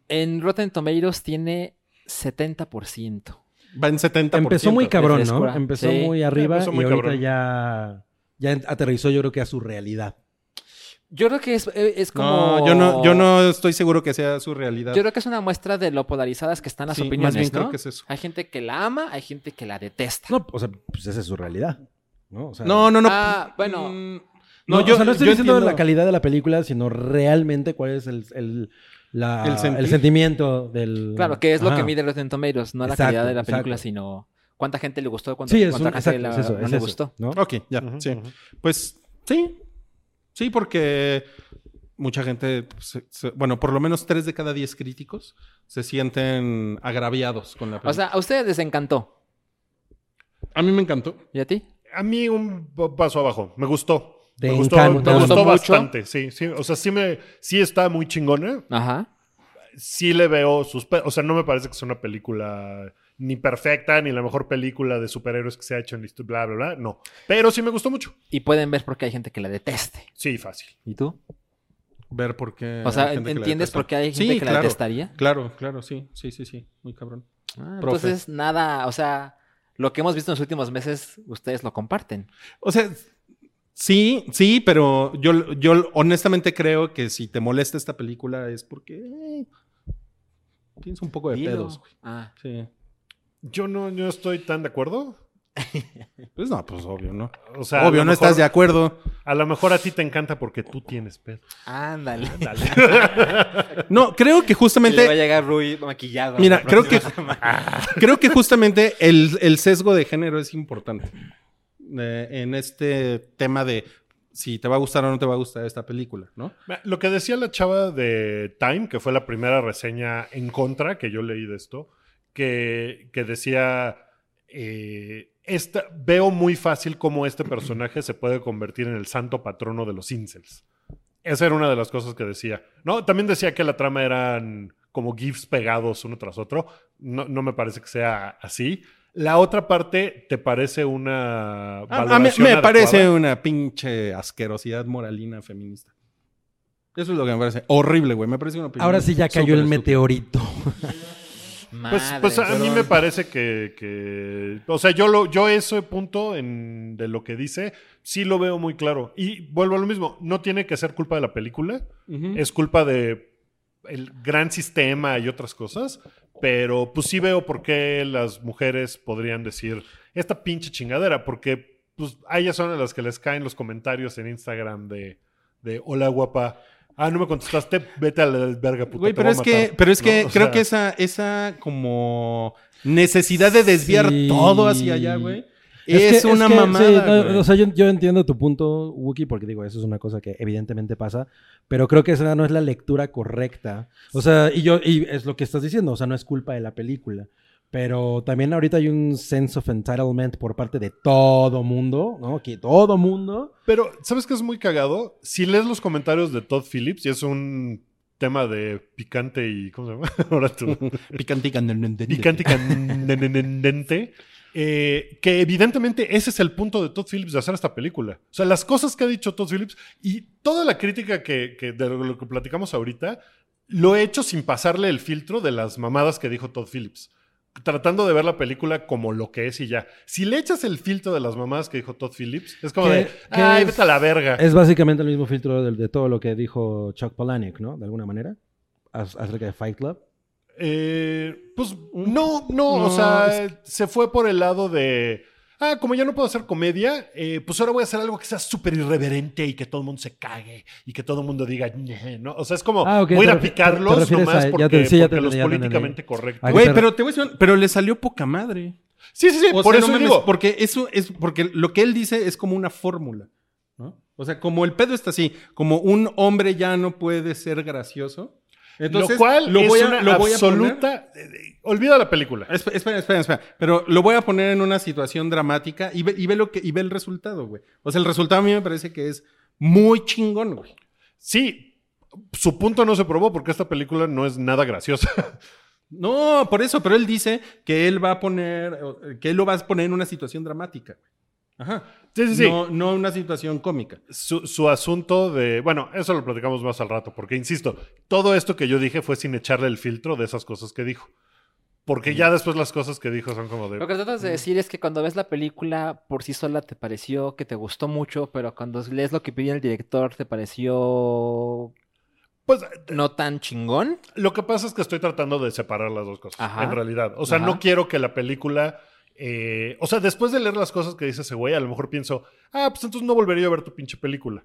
en Rotten Tomatoes tiene 70%.
Va en 70%.
empezó muy cabrón, ¿no?
frescura.
Empezó
Sí.
muy arriba
Empezó muy
y ahorita
cabrón.
ya, ya aterrizó yo creo que a su realidad.
Yo creo que es, eh, es como...
No, yo no, yo no estoy seguro que sea su realidad.
Yo creo que es una muestra de lo polarizadas que están las
Sí,
opiniones,
más bien
¿no?
creo que es eso.
Hay gente que la ama, hay gente que la detesta.
No, o sea, pues esa es su realidad. No, o sea,
No, no, no.
Ah, bueno.
Mm,
No,
no, yo,
o sea, no estoy
yo
diciendo
entiendo-
la calidad de la película, sino realmente cuál es el, el- la-
El
el,
sentir.
sentimiento del...
Claro, que es lo
Ajá.
que mide Rotten Tomatoes, no la
Exacto,
calidad de la película,
exacto.
sino cuánta gente le gustó, cuánta,
Sí, es un,
cuánta gente
exacto,
la-
es eso,
no
es
le
eso,
gustó.
¿no?
Ok, ya,
Ujú,
sí.
ujú.
Pues sí. Sí, porque mucha gente, pues, se- se- bueno, por lo menos tres de cada diez críticos se sienten agraviados con la película.
O sea, a ustedes les encantó.
a mí me encantó.
¿Y a ti?
A mí un pa- paso abajo. Me gustó.
Te
me gustó,
encanta.
me
¿Te
gustó
gustó mucho?
bastante. Sí, sí. O sea, sí, me, sí está muy chingona.
Ajá.
Sí le veo sus... pe- O sea, no me parece que sea una película ni perfecta, ni la mejor película de superhéroes que se ha hecho en la histo- bla, bla, bla. No. Pero sí me gustó mucho.
Y pueden ver por qué hay gente que la deteste.
Sí, fácil.
¿Y tú?
Ver por qué.
O sea,
hay gente que la
¿entiendes
detesta.
por qué hay
Sí,
gente que la
claro.
detestaría?
Claro, claro, sí, sí, sí, sí, muy cabrón.
Ah,
Profe.
entonces, nada, o sea, lo que hemos visto en los últimos meses, ustedes lo comparten.
O sea, sí, sí, pero yo, yo honestamente creo que si te molesta esta película es porque eh, tienes un poco de
Dilo.
pedos, güey.
Ah,
Sí.
Yo no, yo estoy tan de acuerdo.
Pues no, pues obvio, ¿no?
O sea, a
obvio,
lo
no
mejor-
estás de acuerdo.
A lo mejor a ti te encanta porque tú tienes pedo.
ándale.
No, creo
Le
que
va a
justamente,
llegar Rui maquillado.
Mira,
la
creo
próxima
que-
semana.
creo que justamente el, el sesgo de género es importante eh, en este tema de si te va a gustar o no te va a gustar esta película, ¿no?
Lo que decía la chava de Time, que fue la primera reseña en contra que yo leí de esto, que, que decía, eh, esta, veo muy fácil cómo este personaje se puede convertir en el santo patrono de los incels. Esa era una de las cosas que decía. No, también decía que la trama eran como GIFs pegados uno tras otro. No, no me parece que sea así. La otra parte, ¿te parece una
Ah, A- a mí-
valoración
me parece
adecuada?
una pinche asquerosidad moralina feminista. Eso es lo que me parece horrible, güey. Me parece una opinión
Ahora sí ya cayó
súper
el
estúpida.
meteorito.
Pues,
Madre,
pues a mí
perdón.
me parece que, que- o sea, yo lo, yo ese punto en, de lo que dice sí lo veo muy claro y vuelvo a lo mismo, no tiene que ser culpa de la película,
Ujú.
es culpa de el gran sistema y otras cosas, pero pues sí veo por qué las mujeres podrían decir esta pinche chingadera, porque pues a ellas son a las que les caen los comentarios en Instagram de, de hola guapa, Ah, no me contestaste, vete a la verga, puta.
Güey,
te
pero
voy a
es, que,
matar.
pero es que
No, o
creo
sea,
que esa, esa como necesidad de desviar
Sí.
todo hacia allá, güey.
que-
Es, una
que,
mamada.
sí, no,
güey.
o sea, yo, yo entiendo tu punto, Wookie, porque digo, eso es una cosa que evidentemente pasa, pero creo que esa no es la lectura correcta. O sea, y yo, y es lo que estás diciendo, o sea, no es culpa de la película. Pero también ahorita hay un sense of entitlement por parte de todo mundo, ¿no? Que todo mundo.
Pero, ¿sabes qué es muy cagado? Si lees los comentarios de Todd Phillips, y es un tema de picante y. ¿Cómo se llama? Ahora tú.
Picante y candente.
picante y candente. eh, que evidentemente ese es el punto de Todd Phillips de hacer esta película. O sea, las cosas que ha dicho Todd Phillips y toda la crítica que, que de lo que platicamos ahorita, lo he hecho sin pasarle el filtro de las mamadas que dijo Todd Phillips. Tratando de ver la película como lo que es y ya. Si le echas el filtro de las mamadas que dijo Todd Phillips, es como
¿Qué-
de,
qué
ay,
es-
vete a la verga.
Es básicamente el mismo filtro del- de, todo lo que dijo Chuck Palahniuk, ¿no? De alguna manera, ac- acerca de Fight Club.
Eh, pues no, no, o sea, se fue por el lado de, ah, como ya no puedo hacer comedia, eh, pues ahora voy a hacer algo que sea súper irreverente y que todo el mundo se cague y que todo el mundo diga, "Ñe", ¿no? O sea, es como,
Ah, ok,
voy a ir
te
a
refi- te- te
picarlos
refieres
nomás
a- ya
porque,
te- sí, ya
porque
te
los
entendí, ya te entendí.
políticamente correctos.
Ay,
Güey,
pero-
pero te voy a decir, una- pero le salió poca madre.
Sí, sí, sí,
O
por
sea,
eso
no mames,
digo,
porque eso es porque lo que él dice es como una fórmula, ¿no? O sea, como el pedo está así, como un hombre ya no puede ser gracioso. Entonces,
lo cual
lo
es
voy a,
una
lo voy a
absoluta... eh, eh, olvida la película.
poner- Esp- Espera, espera, espera. Pero lo voy a poner en una situación dramática y ve, y ve lo que y ve el resultado, güey. O sea, el resultado a mí me parece que es muy chingón, güey.
Sí, su punto no se probó porque esta película no es nada graciosa.
No, por eso, pero él dice que él va a poner, eh, que él lo va a poner en una situación dramática. güey. Ajá.
Sí, sí, sí.
No, no una situación cómica.
su, su asunto de. Bueno, eso lo platicamos más al rato, porque insisto, todo esto que yo dije fue sin echarle el filtro de esas cosas que dijo. Porque ya después las cosas que dijo son como
Lo
de.
que tratas de decir es que cuando ves la película por sí sola te pareció que te gustó mucho, pero cuando lees lo que pidió el director te pareció
Pues
no tan chingón.
lo que pasa es que estoy tratando de separar las dos cosas,
Ajá.
en realidad. O sea,
Ajá.
no quiero que la película. eh, o sea, después de leer las cosas que dice ese güey, a lo mejor pienso, ah, pues entonces no volvería a ver tu pinche película.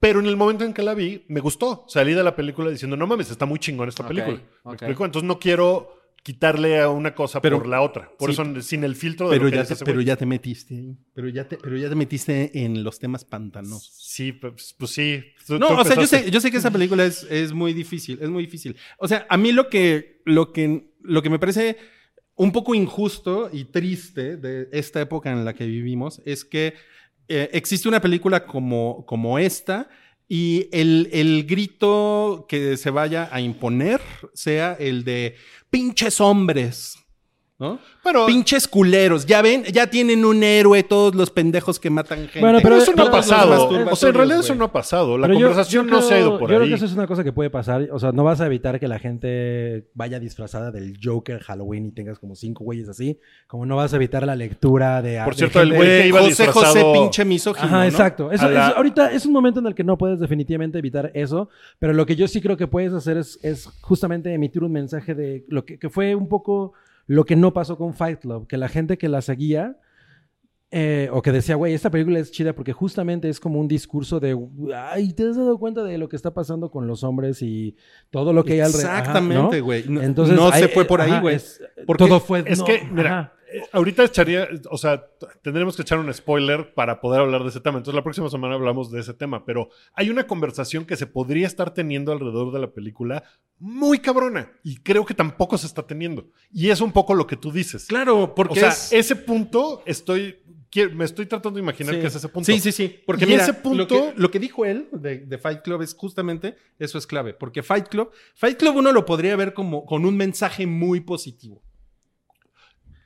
Pero en el momento en que la vi, me gustó. Salí de la película diciendo, no mames, está muy chingón esta
Ok,
película. ¿Me
ok.
explico? Entonces no quiero quitarle a una cosa
Pero-
por la otra. Por
sí,
eso, sin el filtro de
pero
lo que
ya,
dice
te,
ese
pero
güey.
ya te metiste. Pero ya te, pero ya te metiste en los temas pantanosos.
Sí, pues, pues sí. Tú-
No,
tú
o sea, yo
empezaste.
sé, yo sé que esa película es, es muy difícil, es muy difícil. O sea, a mí lo que, lo que, lo que me parece un poco injusto y triste de esta época en la que vivimos es que eh, existe una película como, como esta y el, el grito que se vaya a imponer sea el de pinches hombres, ¿no?
Bueno,
Pinches culeros, ya ven, ya tienen un héroe todos los pendejos que matan gente.
Bueno,
pero eso no
pero-
ha
Todos los
pasado.
masturbatorios,
O sea, en realidad eso
güey.
no ha pasado. La
Pero yo-
conversación
yo
no se ha ido
creo-
por
Yo creo
ahí.
que eso es una cosa que puede pasar. O sea, no vas a evitar que la gente vaya disfrazada del Joker Halloween y tengas como cinco güeyes así. Como no vas a evitar la lectura de.
Por
de
cierto, el
gente-
güey que iba
José
disfrazado-
José pinche misógino.
Ajá,
¿no?
exacto. Eso-
A la-
eso- ahorita es un momento en el que no puedes definitivamente evitar eso, pero lo que yo sí creo que puedes hacer es, es justamente emitir un mensaje de lo que, que fue un poco lo que no pasó con Fight Club, que la gente que la seguía eh, o que decía, güey, esta película es chida porque justamente es como un discurso de, ay, ¿te has dado cuenta de lo que está pasando con los hombres y todo lo que hay alrededor? Ajá,
Exactamente,
¿no?
güey. No,
Entonces,
no
ahí-
se fue por ahí,
ajá,
güey.
es-
Porque
Todo fue...
Es
no,
que, mira,
ajá.
eh, ahorita echaría, o sea, t- tendremos que echar un spoiler para poder hablar de ese tema. Entonces, la próxima semana hablamos de ese tema, pero hay una conversación que se podría estar teniendo alrededor de la película muy cabrona y creo que tampoco se está teniendo. Y es un poco lo que tú dices.
Claro, porque
o sea,
es...
ese punto estoy, qui- me estoy tratando de imaginar
sí.
que es ese punto.
Sí, sí, sí. Porque
Y
mira,
ese
lo,
punto-
que, lo que dijo él de, de Fight Club es justamente eso es clave. Porque Fight Club, Fight Club uno lo podría ver como con un mensaje muy positivo.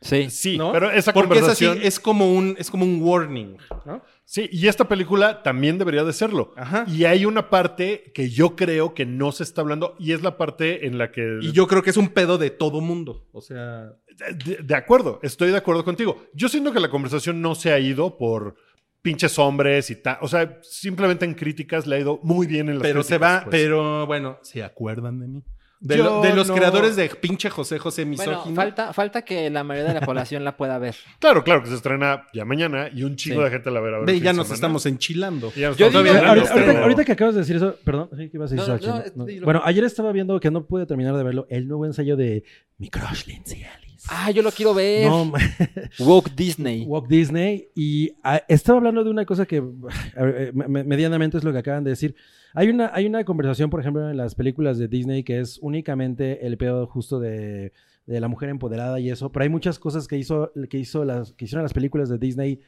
Sí.
Sí,
¿no?
pero esa
porque es así, eh.
conversación.
es como un, es como un warning, ¿no?
Sí, y esta película también debería de serlo.
Ajá.
Y hay una parte que yo creo que no se está hablando y es la parte en la que...
Y yo creo que es un pedo de todo mundo. O sea,
De, de acuerdo, estoy de acuerdo contigo. Yo siento que la conversación no se ha ido por pinches hombres y tal. O sea, simplemente en críticas le ha ido muy bien en las
pero se
críticas,
va,
pues.
pero bueno, se acuerdan de mí. De,
Yo
lo- de los
no-
creadores de pinche José José misógino.
Bueno, falta, falta que la mayoría de la población la pueda ver.
Claro, claro, que se estrena ya mañana y un chingo
Sí.
de gente la verá. a ver
Ve,
el fin
ya
de
nos
semana.
estamos enchilando.
Y ya nos
Yo
estamos
digo-
viendo
ahorita,
este
ahorita-
nuevo.
ahorita que acabas de decir eso, perdón, sí, ¿qué ibas a decir?
No, no, este,
Sachi? No,
es-
no.
dilo.
Bueno, ayer estaba viendo que no pude terminar de verlo el nuevo ensayo de mi crush Lindsay Ellis.
Ah, yo lo quiero ver.
no, ma-
Woke Disney.
Walt Disney y ah, estaba hablando de una cosa que a ver, eh, me- me- medianamente es lo que acaban de decir. Hay una, hay una conversación, por ejemplo, en las películas de Disney que es únicamente el pedo justo de, de la mujer empoderada y eso, pero hay muchas cosas que, hizo, que, hizo las, que hicieron las películas de Disney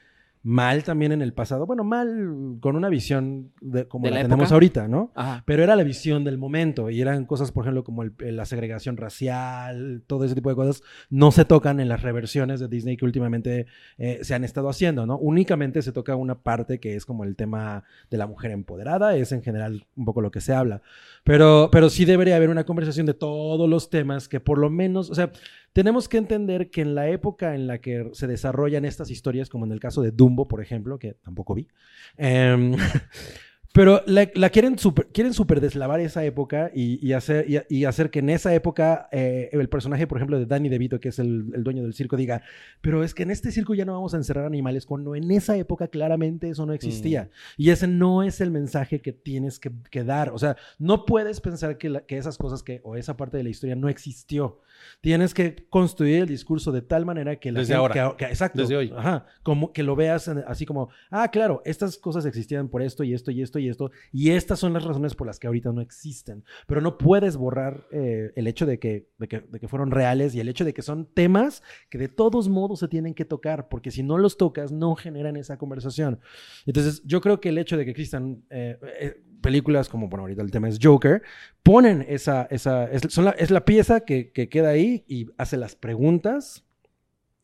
mal también en el pasado. Bueno, mal con una visión de, como
¿De
la,
la
tenemos
época?
ahorita, ¿no?
Ajá.
Pero era la visión del momento y eran cosas, por ejemplo, como el- el- la segregación racial, todo ese tipo de cosas, no se tocan en las reversiones de Disney que últimamente eh, se han estado haciendo, ¿no? Únicamente se toca una parte que es como el tema de la mujer empoderada, es en general un poco lo que se habla. Pero, pero sí debería haber una conversación de todos los temas que por lo menos, o sea, tenemos que entender que en la época en la que se desarrollan estas historias, como en el caso de Dumbo, por ejemplo, que tampoco vi, em, pero la, la quieren super, quieren super deslavar esa época y, y hacer, y, y hacer que en esa época eh, el personaje, por ejemplo, de Danny DeVito, que es el, el dueño del circo, diga, pero es que en este circo ya no vamos a encerrar animales, cuando en esa época claramente eso no existía. Y ese no es el mensaje que tienes que, que dar. O sea, no puedes pensar que, la- que esas cosas que, o esa parte de la historia no existió. Tienes que construir el discurso de tal manera que la
Desde
gente-
ahora.
que- que- exacto.
Desde hoy.
Ajá. Como que lo veas en- así como, ah, claro, estas cosas existían por esto y esto y esto y esto. Y estas son las razones por las que ahorita no existen. Pero no puedes borrar eh, el hecho de que, de, que, de que fueron reales y el hecho de que son temas que de todos modos se tienen que tocar. Porque si no los tocas, no generan esa conversación. Entonces, yo creo que el hecho de que existan eh, eh, películas como, bueno, ahorita el tema es Joker, ponen esa, esa es, son la, es la pieza que, que queda ahí y hace las preguntas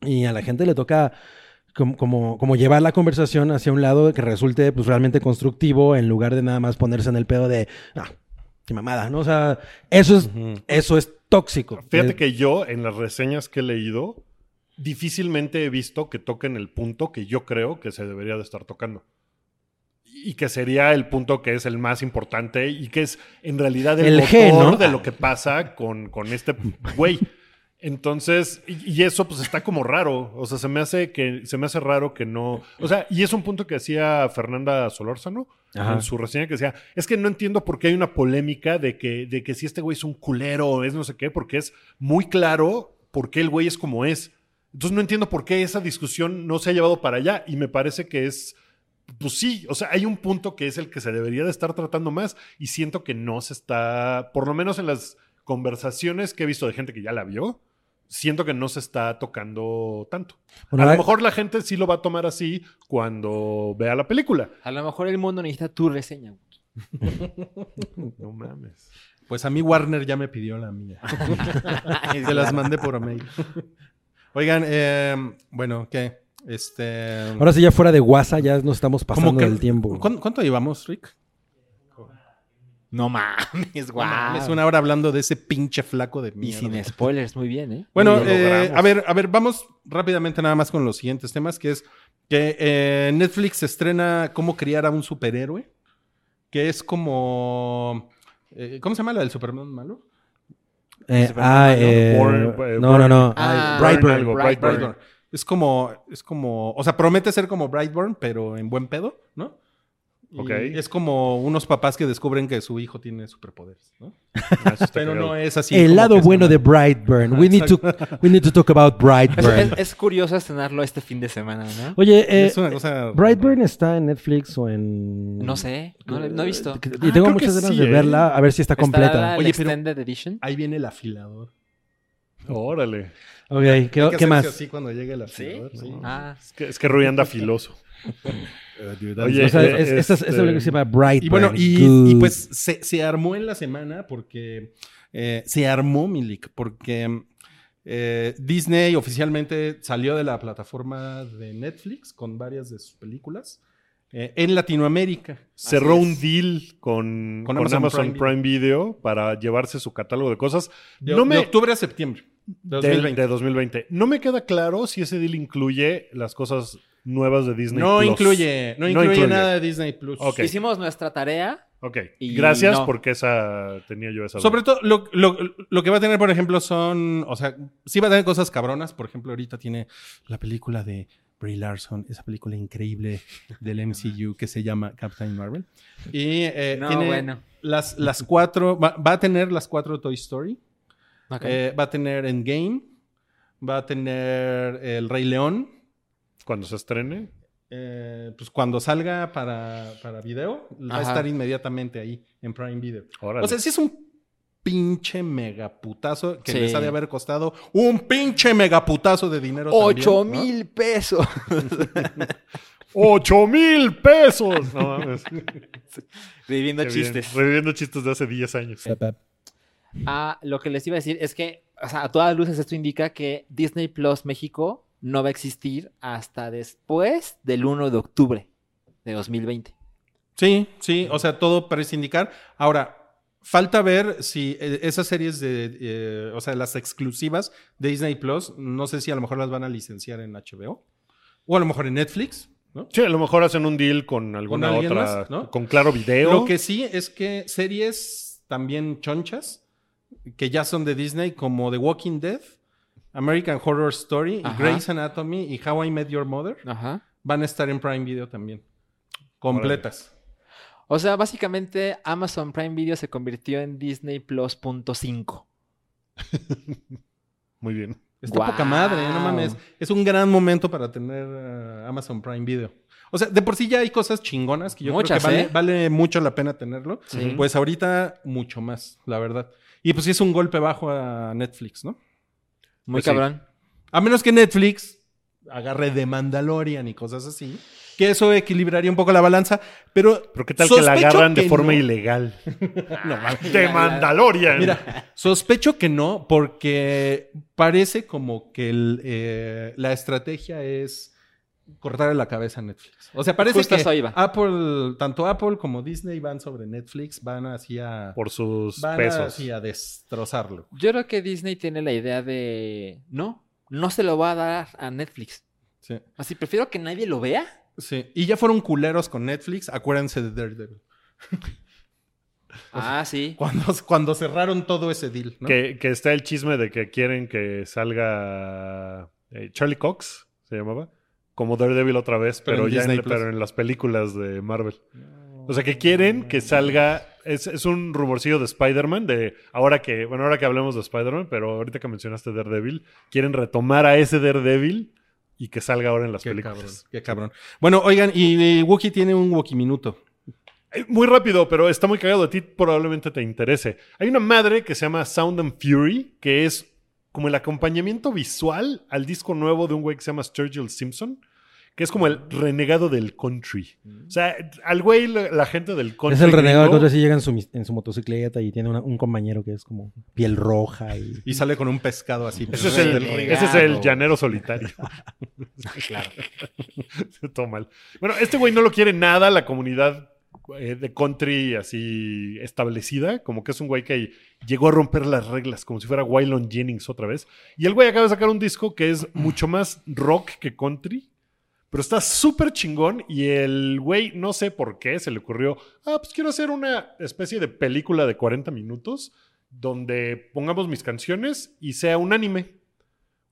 y a la gente le toca como, como, como llevar la conversación hacia un lado que resulte pues, realmente constructivo en lugar de nada más ponerse en el pedo de, ah, qué mamada, ¿no? O sea, eso es,
Ujú.
eso es tóxico.
Ah, Fíjate
Eh,
que yo, en las reseñas que he leído, difícilmente he visto que toquen el punto que yo creo que se debería de estar tocando. Y que sería el punto que es el más importante y que es en realidad el,
El
motor
G, ¿no?
de lo que pasa con, con este güey. Entonces, y, y eso pues está como raro. O sea, se me hace que se me hace raro que no. O sea, y es un punto que hacía Fernanda Solórzano
Ajá.
en su reseña que decía, es que no entiendo por qué hay una polémica de que, de que si este güey es un culero o es no sé qué, porque es muy claro por qué el güey es como es. Entonces no entiendo por qué esa discusión no se ha llevado para allá y me parece que es, pues sí, o sea, hay un punto que es el que se debería de estar tratando más y siento que no se está, por lo menos en las conversaciones que he visto de gente que ya la vio, siento que no se está tocando tanto.
bueno,
a lo
ahora-
mejor la gente sí lo va a tomar así cuando vea la película.
A lo mejor el mundo necesita tu reseña. güey.
No mames.
Pues a mí Warner ya me pidió la mía.
Es
Se las
verdad.
mandé por mail. Oigan, eh, bueno, ¿qué? Este.
Ahora sí, ya fuera de WhatsApp, ya nos estamos
como
pasando
que-
del tiempo.
¿cuán- ¿Cuánto llevamos, Rick?
No mames,
No
guau.
mames, una hora hablando de ese pinche flaco de mí.
Y sin spoilers, muy bien, ¿eh?
Bueno,
Lo
eh,
logramos.
a ver, a ver, vamos rápidamente nada más con los siguientes temas, que es que eh, Netflix estrena Cómo criar a un superhéroe, que es como... eh, ¿Cómo se llama la del Superman malo?
Eh, ah, eh,
Born- eh,
no, no, no.
Ah,
Brightburn.
algo,
Brightburn.
Brightburn.
Brightburn. Es como, es como, o sea, promete ser como Brightburn, pero en buen pedo, ¿no? Y
Ok.
Es como unos papás que descubren que su hijo tiene superpoderes, ¿no?
Ah, eso está
Pero
cagado.
no es así.
el
como que
lado
es
bueno
como-
de Brightburn. We need, to, we need to talk about
Es,
Brightburn.
es- es curioso estrenarlo este fin de semana, ¿no?
Oye, eh,
es una cosa...
¿Brightburn está en Netflix o en...?
No sé, no, no he visto.
Y
Ah,
tengo
creo
muchas
que
ganas
sí,
de
¿eh?
verla, a ver si está
¿Estará
Eh, completa.
la
Oye, pero-
Extended Edition?
Ahí viene el afilador.
Órale.
Ok, ¿qué,
Hay que
qué
hacerse
más?
así cuando llegue el afilador.
¿Sí?
¿no?
Ah,
Es que, es que Rui anda filoso. Oye,
o sea,
eh,
es, esa es- esa es lo que
este-
se llama Brightburn.
Y bueno, y,
Good.
y pues se, se armó en la semana porque eh, se armó Milik, porque eh, Disney oficialmente salió de la plataforma de Netflix con varias de sus películas eh, en Latinoamérica.
Cerró
Así
un
es.
deal con,
Con
con
Amazon
Amazon,
Prime
Prime, Video para llevarse su catálogo de cosas.
De,
no
de
me,
octubre a septiembre.
del-
2020.
De 2020. No me queda claro si ese deal incluye las cosas nuevas de Disney.
no,
Plus.
incluye, no
No
incluye
incluye.
nada de Disney Plus.
Ok.
Hicimos nuestra tarea
Ok.
Y
Gracias
no.
porque esa tenía yo esa. duda.
Sobre todo, lo, lo- lo que va a tener, por ejemplo, son. O sea, sí va a tener cosas cabronas. Por ejemplo, ahorita tiene la película de Brie Larson, esa película increíble del MCU que se llama Captain Marvel. Y eh,
No,
tiene
bueno.
las, las cuatro. Va, va a tener las cuatro Toy Story.
Ok.
Eh, va a tener Endgame. Va a tener El Rey León.
Cuando se estrene.
Eh, pues cuando salga para, para video, va a
Ajá.
estar inmediatamente ahí en Prime Video.
Órale.
O sea, sí es un pinche megaputazo que
Sí.
les ha de haber costado un pinche megaputazo de dinero.
¡Ocho
también, ¿no?
mil pesos!
¡Ocho mil pesos! No mames.
Viviendo
Qué bien.
chistes.
Reviviendo chistes de hace 10 años.
Eh.
Ah, lo que les iba a decir es que, o sea, a todas luces esto indica que Disney Plus México no va a existir hasta después del 1 de octubre de 2020.
Sí, sí, o sea, todo parece indicar. Ahora, falta ver si eh, esas series de, eh, o sea, las exclusivas de Disney Plus, no sé si a lo mejor las van a licenciar en HBO o a lo mejor en Netflix, ¿no?
Sí, a lo mejor hacen un deal con alguna
alguien
otra.
más, ¿no?
Con Claro Video.
Lo que sí es que series también chonchas, que ya son de Disney, como The Walking Dead, American Horror Story, y
Ajá.
Grey's Anatomy y How I Met Your Mother,
Ajá.
van a estar en Prime Video también. Completas.
O sea, básicamente Amazon Prime Video se convirtió en Disney Plus.5.
Muy bien.
Está
Guau.
poca madre, no mames. Es un gran momento para tener eh, Amazon Prime Video. O sea, de por sí ya hay cosas chingonas que yo
Muchas,
creo que
¿eh?
vale, vale mucho la pena tenerlo.
Sí.
Pues ahorita mucho más, la verdad. Y pues sí es un golpe bajo a Netflix, ¿no?
Muy
Pues sí.
cabrón.
A menos que Netflix agarre de Mandalorian y cosas así. Que eso equilibraría un poco la balanza. Pero,
Pero ¿qué tal que la
sospecho
agarran de
que
forma
no.
ilegal?
No, mames.
¡De Mandalorian!
Mira, sospecho que no, porque parece como que el, eh, la estrategia es cortarle la cabeza a Netflix. O sea, parece
Justo
que
eso iba.
Ah,
Apple, tanto Apple como Disney van sobre Netflix, van hacia
Por sus
van
pesos.
así a destrozarlo.
Yo creo que Disney tiene la idea de... No, no se lo va a dar a Netflix.
Sí.
Así, prefiero que nadie lo vea.
Sí. Y ya fueron culeros con Netflix, acuérdense de Daredevil.
Ah, sí.
Cuando, cuando cerraron todo ese deal, ¿no?
Que, que está el chisme de que quieren que salga eh, Charlie Cox, se llamaba, como Daredevil otra vez,
Pero
pero,
en
ya en,
Disney
la-
Plus.
pero en las películas de Marvel. O sea, que quieren que salga. Es, es un rumorcillo de Spider-Man, de ahora que, bueno, ahora que hablemos de Spider-Man, pero ahorita que mencionaste Daredevil, quieren retomar a ese Daredevil y que salga ahora en las
Qué cabrón,
películas.
qué cabrón. Bueno, oigan, y, y Wookiee tiene un Wookiee minuto.
Eh, Muy rápido, pero está muy cagado. A ti probablemente te interese. Hay una madre que se llama Sound and Fury, que es como el acompañamiento visual al disco nuevo de un güey que se llama Sturgill Simpson, que es como el renegado del country. O sea, al güey la, la gente del country.
Es el renegado del
gringo-
contra si llega en su, mis- en su motocicleta y tiene una- un compañero que es como piel roja y...
Y sale con un pescado así. pues,
Ese es, el, Ah, ese
Renegado.
es el llanero solitario.
Claro.
Todo mal. Bueno, este güey no lo quiere nada la comunidad eh, de country así establecida. Como que es un güey que llegó a romper las reglas, como si fuera Waylon Jennings otra vez. Y el güey acaba de sacar un disco que es mucho más rock que country. Pero está súper chingón y el güey, no sé por qué, se le ocurrió, ah, pues quiero hacer una especie de película de 40 minutos donde pongamos mis canciones y sea un anime.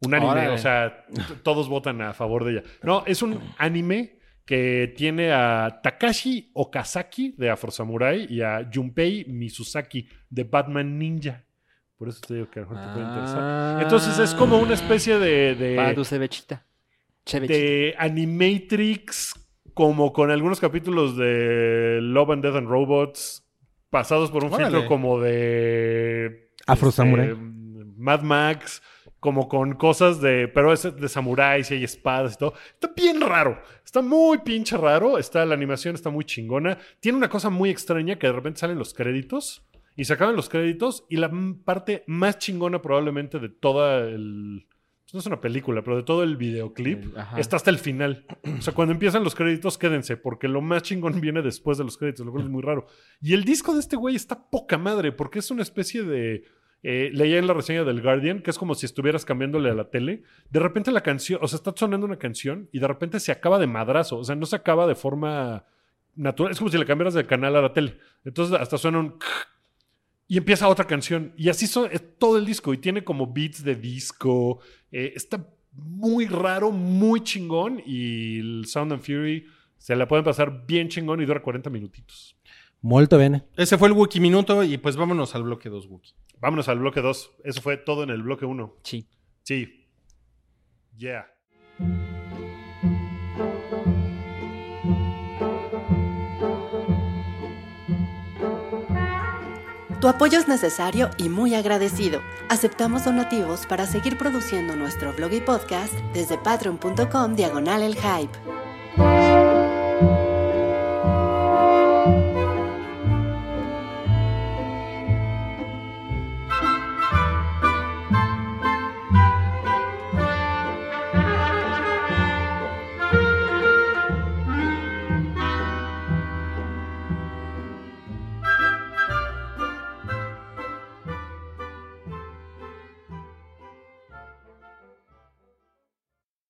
Un anime,
Órale.
o sea, t- todos votan a favor de ella. No, es un anime que tiene a Takashi Okazaki de Afro Samurai y a Junpei Mizusaki de Batman Ninja. Por eso te digo que a lo mejor te puede interesar. Entonces es como una
Ah,
especie de... de-
Para tu cebechita. Chevechita.
de Animatrix, como con algunos capítulos de Love and Death and Robots, pasados por un
Órale.
filtro como de
Afro Samurai.
este, Mad Max, como con cosas de, pero es de samuráis y hay espadas y todo. Está bien raro, está muy pinche raro, está la animación está muy chingona. Tiene una cosa muy extraña que de repente salen los créditos y se acaban los créditos y la m- parte más chingona probablemente de toda el no es una película, pero de todo el videoclip
El- ajá.
está hasta el final. O sea, cuando empiezan los créditos, quédense, porque lo más chingón viene después de los créditos, lo cual es muy raro. Y el disco de este güey está poca madre, porque es una especie de. eh, leía en la reseña del Guardian que es como si estuvieras cambiándole a la tele. De repente la canción, o sea, está sonando una canción y de repente se acaba de madrazo. O sea, no se acaba de forma natural. Es como si le cambiaras de canal a la tele. Entonces hasta suena un... Y empieza otra canción. Y así son- es todo el disco. Y tiene como beats de disco. Eh, está muy raro, muy chingón. Y el Sound and Fury se la pueden pasar bien chingón y dura 40 minutitos.
Molto bene.
Ese fue el Wiki Minuto y pues vámonos al bloque 2 Wiki.
Vámonos al bloque 2. Eso fue todo en el bloque 1.
Sí.
Sí. Yeah.
Tu apoyo es necesario y muy agradecido. Aceptamos donativos para seguir produciendo nuestro blog y podcast desde patreon.com diagonal el hype.